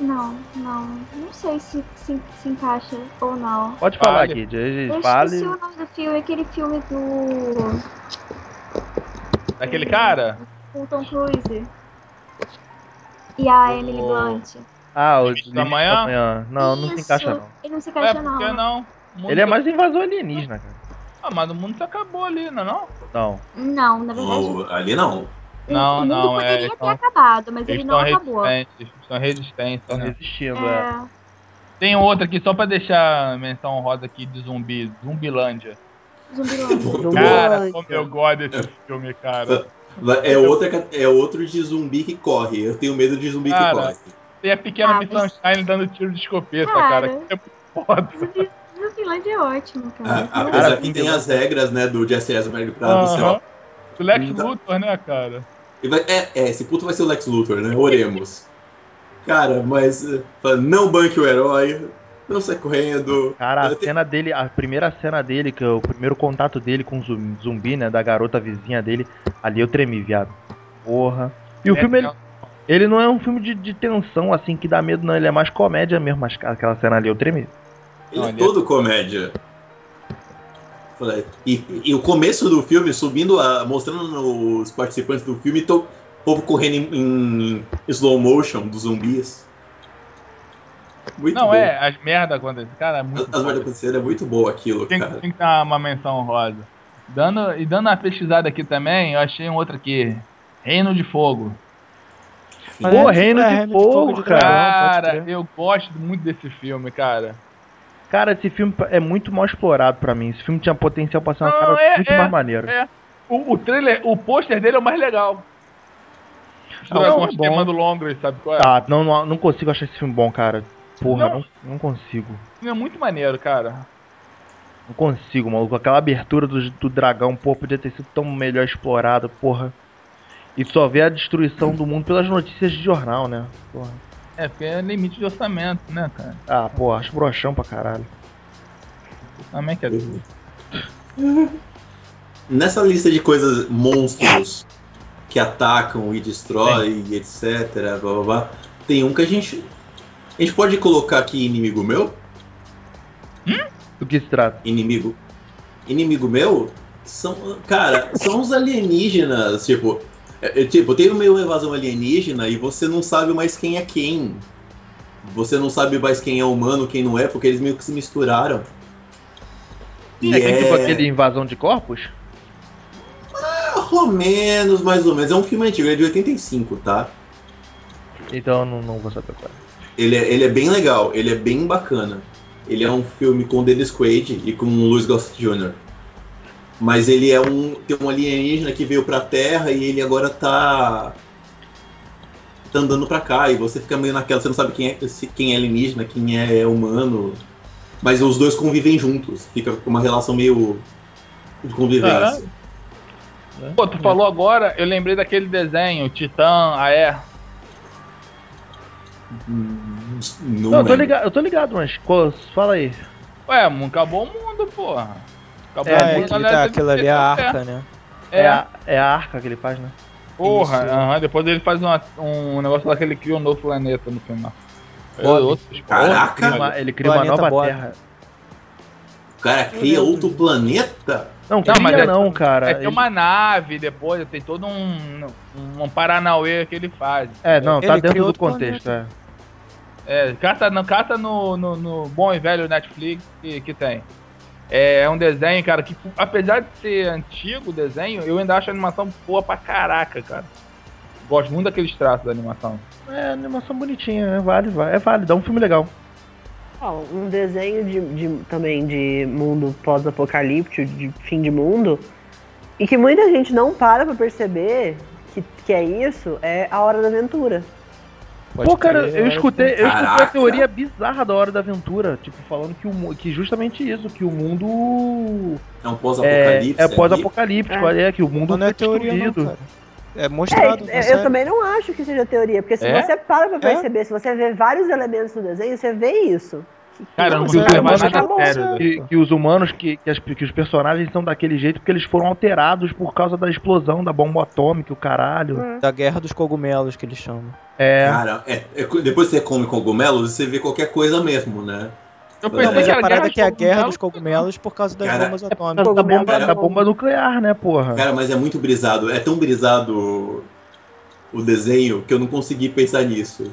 Não, não. Não sei se se, se encaixa ou não. Pode falar, Fale. Kid. Eu Fale. esqueci é o nome do filme, aquele filme do, Daquele cara? do Tom Cruise. E a Emily O- Blunt. Ah, o Limite da Limite manhã? Não, não se Isso, encaixa não. Ele não se É, encaixa, não. porque não. O mundo- Ele é mais invasor alienígena, cara. Ah, mas o mundo se acabou ali, não é não? Não. Não, na verdade, Ou, ali não. Não, o mundo não, é, poderia ter eles tão- acabado, mas ele Eles não estão acabou. resistentes, são resistência, Tá né? resistindo, é. É, Tem outra aqui, só pra deixar a menção rosa aqui de zumbi, Zumbilândia. Zumbiland. Cara, Zumbilândia. como eu gosto desse filme, cara. É, outra, ca- é outro de zumbi que corre. Eu tenho medo de zumbi Cara. que corre. Tem a pequena Ah, Miss mas- Sunshine dando tiro de escopeta, Cara. cara. Que é muito foda. Zumbi- Zumbiland é ótimo, cara. A- Não- apesar Cara, que tem as regras, né, do Jesse Eisenberg pra no Aham. céu. O Lex Então- Luthor, né, cara? Ele vai- É, é, esse puto vai ser o Lex Luthor, né? Oremos. Cara, mas eh, fala, não banque o herói, não sai correndo. Cara, a Eu te- cena dele, a primeira cena dele, que é o primeiro contato dele com o zum- zumbi, né, da garota vizinha dele, ali eu tremi, viado. Porra. E o É, filme, ele, não. ele não é um filme de, de tensão, assim, que dá medo, não. Ele é mais comédia mesmo, mas cara, aquela cena ali eu tremi. Ele é Olha. todo comédia. Fala, E, e o começo do filme, subindo, a, mostrando os participantes do filme, to- o povo correndo em, em slow motion dos zumbis. Muito Não, bom. é, as merda acontecem. Cara, é muito As as merdas foda. acontecendo é muito bom aquilo, Tem, cara. tem que dar uma menção rosa. Dando, e dando uma pesquisada aqui também, eu achei um outro aqui. Reino de Fogo. Mas Pô, é, Reino tipo, de é, Reino Fogo, de cara. Dragão, pode Cara, crer. eu gosto muito desse filme, cara. Cara, esse filme é muito mal explorado pra mim. Esse filme tinha potencial pra ser uma Não, cara é- muito é- mais maneiro. O, o trailer, o pôster dele é o mais legal. Ah, Mistura não, com é o bom. tema do Longres, sabe qual é? Tá, não, não, não consigo achar esse filme bom, cara. Porra, não, Não. não consigo. O filme É muito maneiro, cara. Não consigo, maluco. Aquela abertura do, do dragão, pô, podia ter sido tão melhor explorada, porra. E só ver a destruição do mundo pelas notícias de jornal, né? Porra. É, porque é limite de orçamento, né, cara? Ah, porra, acho broxão pra caralho. Também quer dizer. Nessa lista de coisas monstros que atacam e destroem e etc, blá blá blá, tem um que a gente. A gente pode colocar aqui inimigo meu? Do que se trata? Inimigo. Inimigo meu? São. Cara, são os alienígenas, tipo. é- é, tipo, tem uma invasão alienígena e você não sabe mais quem é quem. Você não sabe mais quem é humano, quem não é, porque eles meio que se misturaram. E É, que tipo aquele invasão de corpos? É Mais ou menos, mais ou menos. É um filme antigo, ele é de 85, tá? Então eu não, não vou saber qual é. Ele é, ele é bem legal, ele é bem bacana. Ele é um filme com Dennis Quaid e com o Louis Gossett Jr. Mas ele é um. Tem um alienígena que veio pra Terra e ele agora tá. tá andando pra cá. E você fica meio naquela, você não sabe quem é, se- quem é alienígena, quem é humano. Mas os dois convivem juntos. Fica uma relação meio. de convivência. Pô, tu falou agora, eu lembrei daquele desenho, Titã, ah, é? a Air. Hum, Não, eu tô lembro. ligado, eu tô ligado, mas co- fala aí. Ué, mu- acabou o mundo, porra. Acabou É, o mundo, aquele- galera tá, teve aquilo que ali é a ter- arca, né? É, É, a, é a arca que ele faz, né? porra. Isso. aham, depois ele faz uma- um negócio lá que ele cria um novo planeta no final. É, Bob. outro- Ele cria Caraca! uma, ele cria uma Planeta nova Bob. terra. O cara cria outro planeta? Não, Não, cria mas é- não, cara. É, tem Ele- uma nave depois, tem todo um, um, um Paranauê que ele faz. É, não, tá Ele cria dentro do outro contexto, é. É, cata no, cata no, no, no bom e velho Netflix que, que tem. É, é um desenho, cara, que apesar de ser antigo o desenho, eu ainda acho a animação boa pra caraca, cara. Gosto muito daqueles traços da animação. É, animação bonitinha, é válido, é válido, é um filme legal. Ah, um desenho de, de- também de mundo pós-apocalíptico, de fim de mundo, e que muita gente não para pra perceber que, que é isso, é A Hora da Aventura. Pode Pô, cara, crer, é eu olha. escutei, eu escutei uma Caraca. teoria bizarra da Hora da Aventura, tipo, falando que, o, mu- que justamente isso, que o mundo É um é, pós-apocalipse. é ali. pós-apocalíptico, é. que o mundo Não, não foi é teoria não, destruído. cara. É É, mostrado. eu- eu consegue. também não acho que seja teoria, porque se É? você para pra É? perceber, se você vê vários elementos no desenho, você vê isso. Cara, eu não Mas consigo é, levar mas nada acabou, a sério. certo. velho. que, que os humanos, que, que, as- que os personagens são daquele jeito porque eles foram alterados por causa da explosão da bomba atômica, o caralho. Da guerra dos cogumelos que eles chamam. É. Cara, é- é- depois que você come cogumelo, você vê qualquer coisa mesmo, né? Eu Mas pensei Mas que a era parada é que é a guerra dos cogumelos. cogumelos por causa das Cara, bombas por atômicas. causa da bomba, Cara, da bomba nuclear, né, porra? Cara, mas é muito brisado. É tão brisado o desenho que eu não consegui pensar nisso.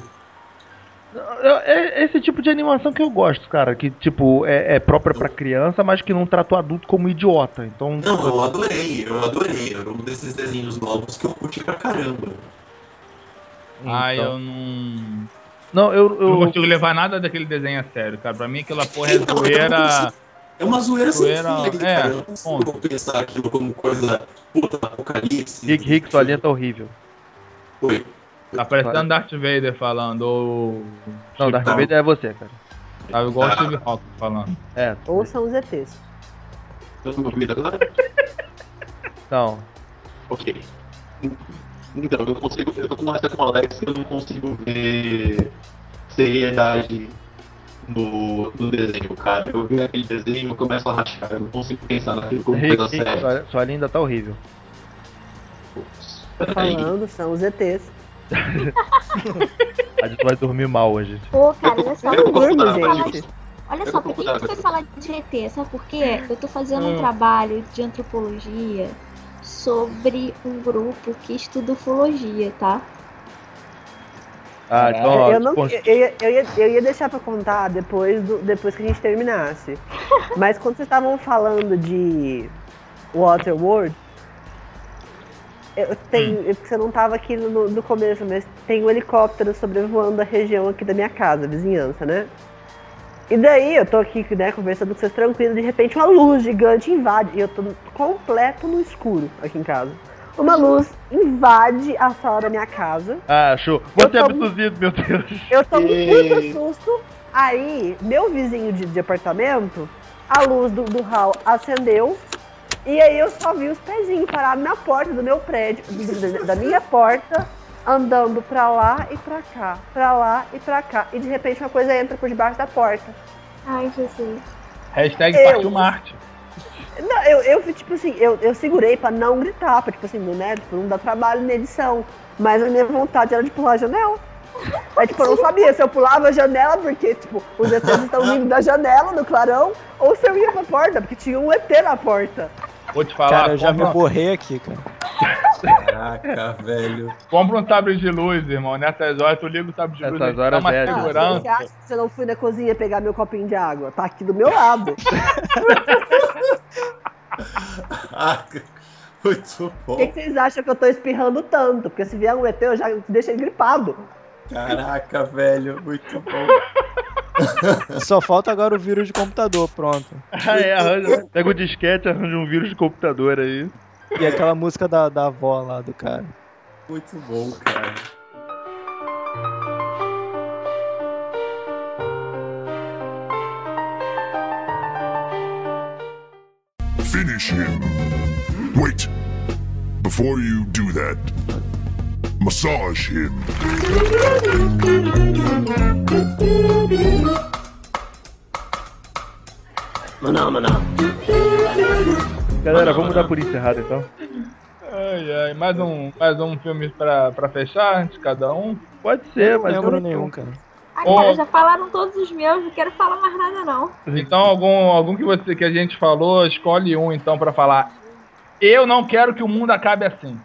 Eu- é esse tipo de animação que eu gosto, cara. Que, tipo, é, é própria pra criança, mas que não trata o adulto como idiota. Então, Não, eu adorei, eu adorei. Era um desses desenhos novos que eu curti pra caramba. Ah, então- eu não. Não, eu. Eu não eu... consigo levar nada daquele desenho a sério, cara. Pra mim aquela porra é Então, eu não zoeira. tá consigo. É uma zoeira sem Zoeira, fim, né, é, cara. Eu não consigo pensar aquilo como coisa puta apocalipse. Rick, Rick, sua linha tá horrível. Oi. Tá parecendo Darth Vader falando, ou. Não, Darth Tá. Vader é você, cara. Sabe, igual o Tá. Steve Hawk falando. É. Ou são os ETs. Tá me ouvindo agora? Não. Ok. Então, eu consigo. Eu tô conversando com o Alex eu não consigo ver seriedade no, no desenho, cara. Eu vejo aquele desenho e eu começo a rachar. Eu não consigo pensar naquilo como Rick, coisa Rick séria. sua, sua linha ainda tá horrível. Peraí. Falando, são os ETs. A gente vai dormir mal hoje. Pô, cara, olha só. Eu vou Dorme, contar, falar gente. gente. Olha Eu só, tô por que com a gente foi nada. falar de GT? Sabe por quê? Eu tô fazendo Hum. um trabalho de antropologia sobre um grupo que estuda ufologia, tá? Ah, então, ó, É, eu, não, con- eu, eu ia, eu, ia, eu ia deixar pra contar depois, do- depois que a gente terminasse. Mas quando vocês estavam falando de Waterworld, eu tenho, é porque você não tava aqui no, no começo, mas tem um helicóptero sobrevoando a região aqui da minha casa, vizinhança, né? E daí eu tô aqui, né, conversando com vocês tranquilo, de repente uma luz gigante invade, e eu tô completo no escuro aqui em casa. Uma luz invade a sala da minha casa. Ah, show. Você é tô- abduzido, meu Deus. Eu tomo E- muito susto. Aí, meu vizinho de, de apartamento, a luz do, do hall acendeu. E aí eu só vi os pezinhos parados na porta do meu prédio, do- do- da minha porta, andando pra lá e pra cá, pra lá e pra cá. E de repente uma coisa entra por debaixo da porta. Ai, Jesus. Hashtag Eu. partiu Marte. Não, eu, eu tipo assim, eu, eu segurei pra não gritar, pra, tipo assim, né, tipo, não dar trabalho na edição. Mas a minha vontade era de pular a janela. Aí, tipo, eu não sabia se eu pulava a janela, porque, tipo, os ETs estão vindo da janela, no clarão, ou se eu ia pra porta, porque tinha um ET na porta. Vou te falar, Cara, eu já me compra, borrei aqui, cara. Caraca, velho. compra um sabre de luz, irmão. Nessas horas tu liga o sabre de luz. Nessas ele dá horas uma é, Ah, segurança. você acha que eu não fui na cozinha pegar meu copinho de água? Tá aqui do meu lado. Caraca. Ah, Muito Por que, bom. que vocês acham que eu tô espirrando tanto? Porque se vier um ET, eu já deixo ele gripado. Caraca, velho. Muito bom. Só falta agora o vírus de computador, pronto. Ah, é, arranja, pega o disquete, arranja um vírus de computador aí. E aquela música da, da avó lá do cara. Muito bom, cara. Finish him. Wait. Before you do that, massage him. Maná, maná. Galera, vamos dar por encerrado então. Ai, ai. Mais um, mais um filme pra, pra fechar de cada um. Pode ser, Não mas. eu lembro não- nenhum, cara. Ah, Ô. cara, já falaram todos os meus, não quero falar mais nada, não. Então, algum, algum que, você, que a gente falou, escolhe um então pra falar. Eu não quero que o mundo acabe assim.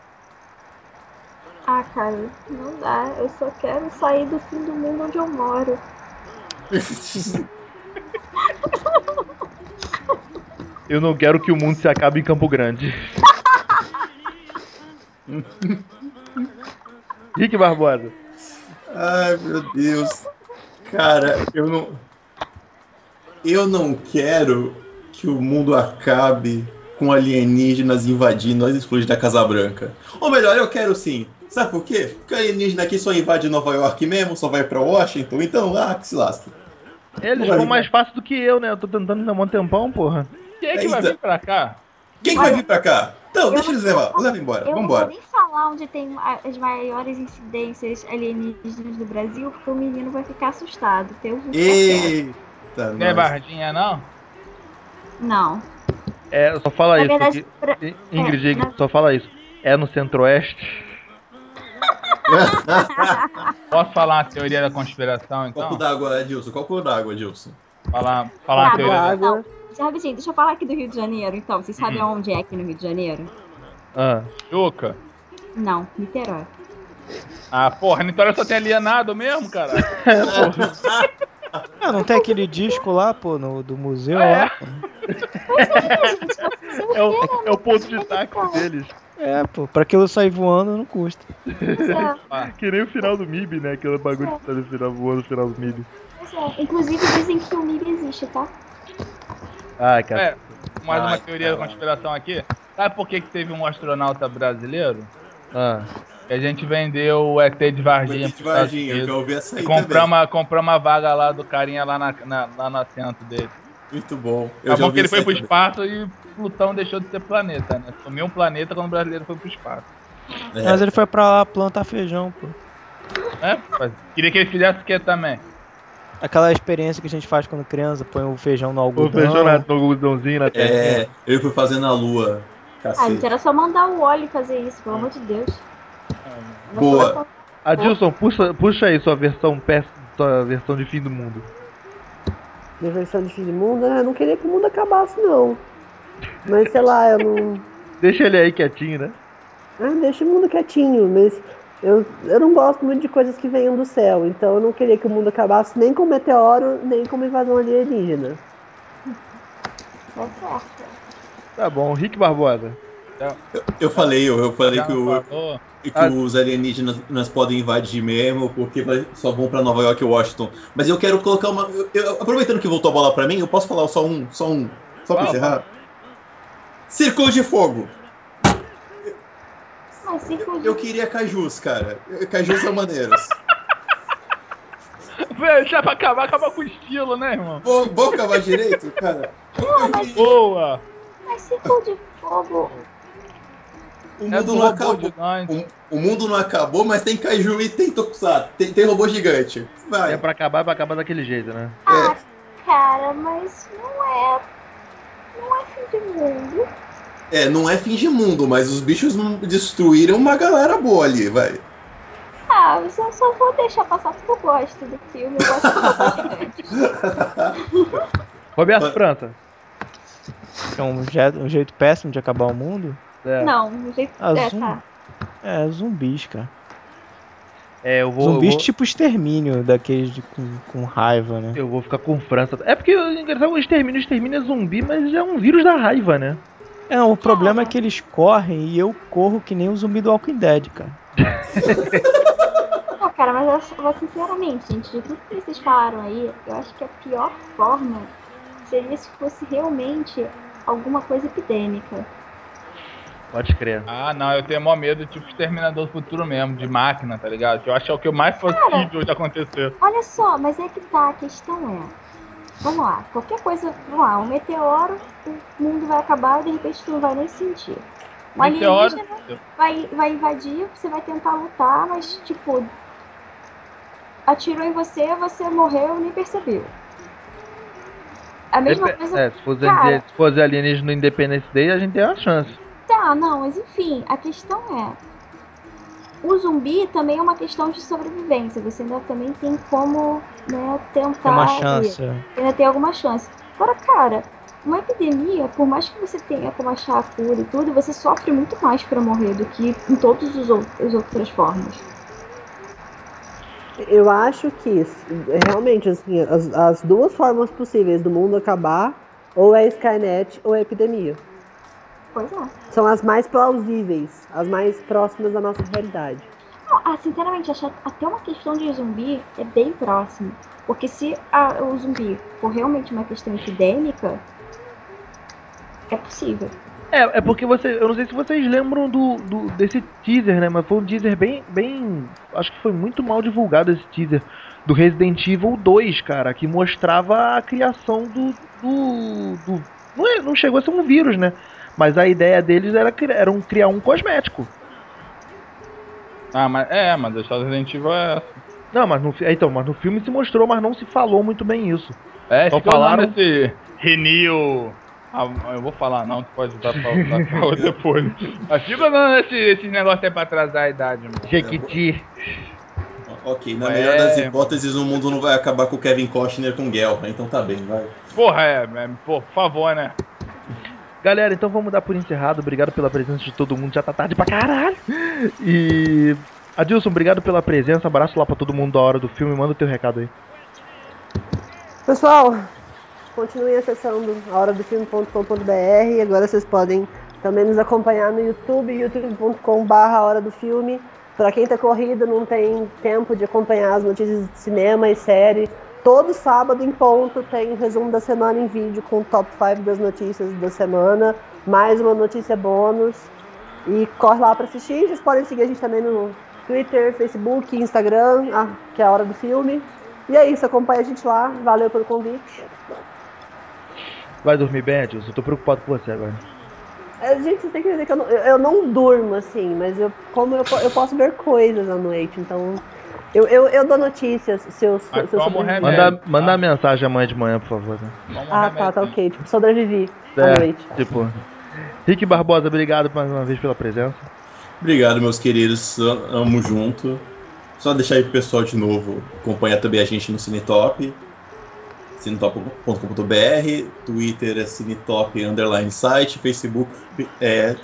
Ah, cara, não dá. Eu só quero sair do fim do mundo onde eu moro. Eu não quero que o mundo se acabe em Campo Grande. Rick Barbosa. Ai, meu Deus. Cara, eu não. Eu não quero que o mundo acabe com alienígenas invadindo as exclusões da Casa Branca. Ou melhor, eu quero sim. Sabe por quê? Porque o alienígena aqui só invade Nova York mesmo, só vai pra Washington, então lá que se lasque. Eles vão mais fácil do que eu, né? Eu tô tentando levar um tempão, porra. Quem é que vai vir pra cá? Quem que vai vir pra cá? Então, deixa eles levar. Leva embora, Eu não vou vambora. nem falar onde tem a- as maiores um incidências alienígenas do Brasil, porque o menino vai ficar assustado. Deus me Eita! Eita, Não é nós. Bardinha, não? Não. É, eu só fala Na isso. verdade, que- pra- I- Ingrid, é, Ingrid, na- só fala isso. É no Centro-Oeste. Posso falar a teoria da conspiração, Copo então? d'água, Edilson. Copo d'água, Edilson. Falar, falar a Tá, teoria da... água. Água. Já, Rapidinho, deixa eu falar aqui do Rio de Janeiro, então. Vocês sabem onde é aqui no Rio de Janeiro? Ah, Juca. Não, Niterói. Ah, porra, Niterói só tem alienado mesmo, cara. Ah, não tem aquele disco lá, pô, no, do museu lá? é, o, é o ponto de táxi deles. É, pô, pra aquilo sair voando não custa. Pois é, Que nem o final do MIB, né? Aquele bagulho que tá no final voando no final do MIB. pois é. Inclusive dizem que o milho existe, tá? Ah, cara. É, mais uma Ai, teoria da caralho. conspiração aqui. Sabe por que, que teve um astronauta brasileiro? Ah. Que a gente vendeu o ET de Varginha. Mas que pros Estados Varginha, é eu Unidos. já ouvi essa aí Compramos também. uma, compramos uma vaga lá do carinha lá, na, na, lá no assento dele. Muito bom. Eu Tá já bom ouvi que ele essa foi aí pro também. espaço e Plutão deixou de ser planeta, né? Sumiu um planeta quando o brasileiro foi pro espaço. É. Mas ele foi pra lá plantar feijão, pô. Né? Mas Queria que ele fizesse o quê também? Aquela experiência que a gente faz quando criança, põe o feijão no O algodão. feijão na- no algodãozinho na terra. É, ele foi fazer na lua. Ah, gente, Cacete. era só mandar o óleo fazer isso, pelo amor de Deus. É, Boa. Adilson, puxa, puxa aí sua versão péss- sua versão de fim do mundo. Minha versão de fim de mundo, né? eu não queria que o mundo acabasse, não. Mas sei lá, eu não. Deixa ele aí quietinho, né? Ah, deixa o mundo quietinho, mas eu, eu não gosto muito de coisas que venham do céu, então eu não queria que o mundo acabasse nem com meteoro, nem com uma invasão alienígena. Tá certo. Tá bom, Rick Barbosa. Eu falei, eu, eu falei Já que, não o, falou? que Ah. os alienígenas nós podem invadir mesmo, porque vai- só vão pra Nova York e Washington. Mas eu quero colocar uma. eu- eu- aproveitando que voltou a bola pra mim, eu posso falar só um, só um, só pra Fala, encerrar. Círculo de fogo. Mas se Eu, fugir, eu queria cajus, cara. Eu- Cajus são maneiros. Velho, já é pra acabar, acaba com o estilo, né, irmão? Vou, vou acabar direito, cara. Boa! mas se for de fogo, O É mundo do não robô acabou. gigante. O, o mundo não acabou, mas tem caju e tem tokusatsu. Tem, tem robô gigante. Vai. É pra acabar, é pra acabar daquele jeito, né? ah, cara, mas não é. Não é fim de mundo. É, não é fim de mundo, mas os bichos não destruíram uma galera boa ali, vai. Ah, mas eu só vou deixar passar porque eu gosto do filme, eu gosto bastante. Roberto Ah. França. Que é um, je- um jeito péssimo de acabar o mundo. É, Não, do jeito. É, Azul. tá. É, zumbis, cara. é, eu vou. zumbis eu vou... tipo extermínio, daqueles de- com, com raiva, né? Eu vou ficar com França. É porque o engraçado o extermínio, o extermínio é zumbi, mas é um vírus da raiva, né? É, o problema é que eles correm e eu corro que nem o zumbi do Walking Dead, cara. Pô, cara, mas eu, acho- mas, sinceramente, gente, de tudo que vocês falaram aí, eu acho que a pior forma seria se fosse realmente alguma coisa epidêmica. Pode crer. Ah, não, eu tenho maior medo, tipo, exterminador do futuro mesmo, de máquina, tá ligado? Que Eu acho que é o que mais possível de acontecer. Olha só, mas é que tá, a questão é. Vamos lá, qualquer coisa, vamos lá, um meteoro, o mundo vai acabar e de repente tu não vai nem sentir. Um Meteoro. alienígena vai, vai invadir, você vai tentar lutar, mas tipo. Atirou em você, você morreu e nem percebeu. A mesma Depe- coisa É, se fosse, Cara. se fosse alienígena no Independence Day, a gente tem uma chance. Tá, não, mas enfim, a questão é. O zumbi também é uma questão de sobrevivência. Você ainda também tem como né, tentar. Tem É uma ali. chance. Ainda tem alguma chance. Agora, cara, uma epidemia, por mais que você tenha como achar a cura e tudo, você sofre muito mais pra morrer do que em todas as outras formas. Eu acho que s- realmente assim, as, as duas formas possíveis do mundo acabar, ou é Skynet ou é epidemia. Pois é. São as mais plausíveis, as mais próximas da nossa realidade. Não, ah, sinceramente, acho até uma questão de zumbi é bem próximo. Porque se a- o zumbi for realmente uma questão epidêmica, é possível. É, é porque você. Eu não sei se vocês lembram do, do- desse teaser, né? Mas foi um teaser bem, bem. Acho que foi muito mal divulgado esse teaser do Resident Evil 2, cara, que mostrava a criação do. do. do- não, é- não chegou a ser um vírus, né? Mas a ideia deles era, cri- era um, criar um cosmético. Ah, mas é, mas a história do Resident Evil é. Não, mas no, fi- é, então, mas no filme se mostrou, mas não se falou muito bem isso. É, Então Só se falar falaram- esse Renew. Ah, eu vou falar, não, tu pode dar pra dar pra outra depois. Mas fica dando esse, esse negócio aí pra atrasar a idade, mano. Jequiti. Ok, na É. melhor das hipóteses, o mundo não vai acabar com o Kevin Costner com Guelpa, então tá bem, vai. Porra, é, é, pô, por favor, né? Galera, então vamos dar por encerrado. Obrigado pela presença de todo mundo. Já tá tarde pra caralho. E. Adilson, obrigado pela presença. Abraço lá pra todo mundo da hora do filme. Manda o teu recado aí. Pessoal, continuem acessando a hora do filme.com.br e agora vocês podem também nos acompanhar no YouTube, youtube.com.br a hora do filme. Pra quem tá corrido, não tem tempo de acompanhar as notícias de cinema e série. Todo sábado em ponto tem o resumo da semana em vídeo com o top 5 das notícias da semana, mais uma notícia bônus. E corre lá pra assistir. Vocês podem seguir a gente também no Twitter, Facebook, Instagram, ah, que é a hora do filme. E é isso, acompanha a gente lá. Valeu pelo convite. Vai dormir bem, Adilson. Eu tô preocupado com você agora. É, gente, vocês têm que entender que eu não, eu- eu não durmo assim, mas eu, como eu, po- eu posso ver coisas à noite, então. Eu, eu, eu dou notícias se eu, se eu Mas toma o sobrevivi. remédio. Manda, É. manda a mensagem amanhã de manhã, por favor. né? Toma um Ah, tá, tá remedinho. ok. Tipo, sobrevivi É. à noite. Tipo. Rick Barbosa, obrigado mais uma vez pela presença. Obrigado, meus queridos. Amo junto. Só deixar aí pro pessoal de novo acompanhar também a gente no Cinetop, cinetop.com.br, Twitter é cinetop underline site, Facebook é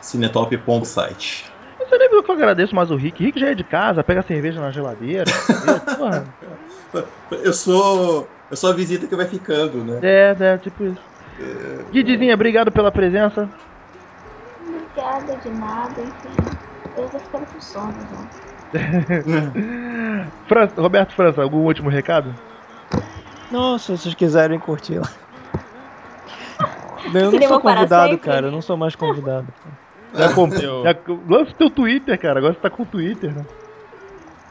cinetop.site. Você nem viu que eu agradeço mais o Rick. Rick já é de casa, pega cerveja na geladeira. entendeu? Porra. Eu sou. Eu sou a visita que vai ficando, né? É, é, tipo isso. Guidizinha, obrigado pela presença. Obrigada de nada, enfim. Eu vou ficando com sono já. Fran- Roberto França, algum último recado? Nossa, se vocês quiserem curtir lá. Eu não Cinema sou para convidado, sempre. cara. Eu não sou mais convidado. Já comp... Eu- Tá já... Lança o teu Twitter, cara. Agora você tá com o Twitter, né?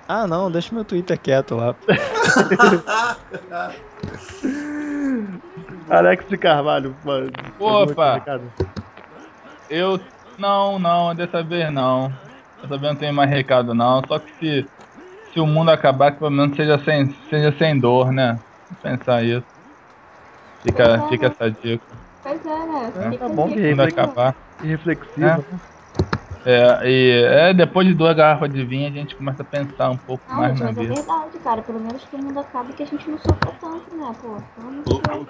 Ah, não, deixa meu Twitter quieto lá. Alex de Carvalho. é mano, Opa! algum último recado? Eu. Não, não, dessa vez não. Dessa vez não tem mais recado, não. Só que se, se o mundo acabar, que pelo menos seja sem, seja sem dor, né? Vou Pensar isso. Fica, fica essa dica. Pois é, né? É, Fica tá bom aí. que O mundo reflexivo. acabar. reflexivo. É. É, e é, depois de duas garrafas de vinho, a gente começa a pensar um pouco Não, mais gente, na mas é vida. verdade, cara. Pelo menos que o mundo acabe que a gente não sofra tanto, né, pô? Pelo amor de Deus.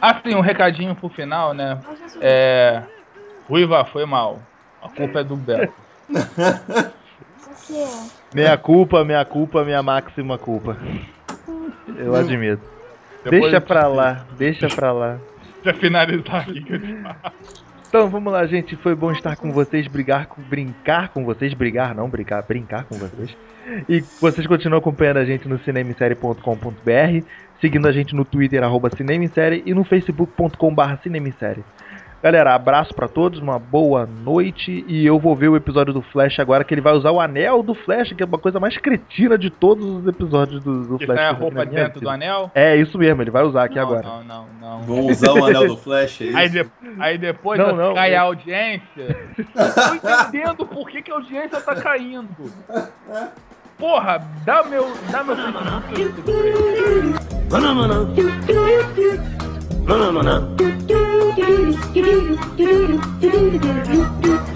Ah, sim, um recadinho pro final, né? Ai, Jesus. É. Ruiva foi mal. A culpa é do Beto. Por é quê? Meia culpa, minha culpa, minha máxima culpa. Eu admito. Depois deixa eu te- pra lá, deixa pra lá. Pra finalizar aqui. que eu te falo. Então vamos lá, gente. Foi bom estar com vocês, brigar com, brincar com vocês, brigar não, brigar, brincar com vocês. E vocês continuam acompanhando a gente no cinemissérie.com.br, seguindo a gente no Twitter arroba cinemissérie e no facebook.com/barra cinemissérie. Galera, abraço pra todos, uma boa noite e eu vou ver o episódio do Flash agora que ele vai usar o anel do Flash, que é uma coisa mais cretina de todos os episódios do, do Que Flash. sai a eu vi na roupa minha dentro do vida. anel? É isso mesmo, ele vai usar aqui não, agora. Não, não, não. Vão usar o anel do Flash, é isso? Aí, de- aí depois Não, vai não, é- cai eu- a audiência. Eu tô entendendo por que, que a audiência tá caindo. Porra, dá meu, dá meu Facebook. Tchururu, tchururu, tchururu, tchururu, tchururu.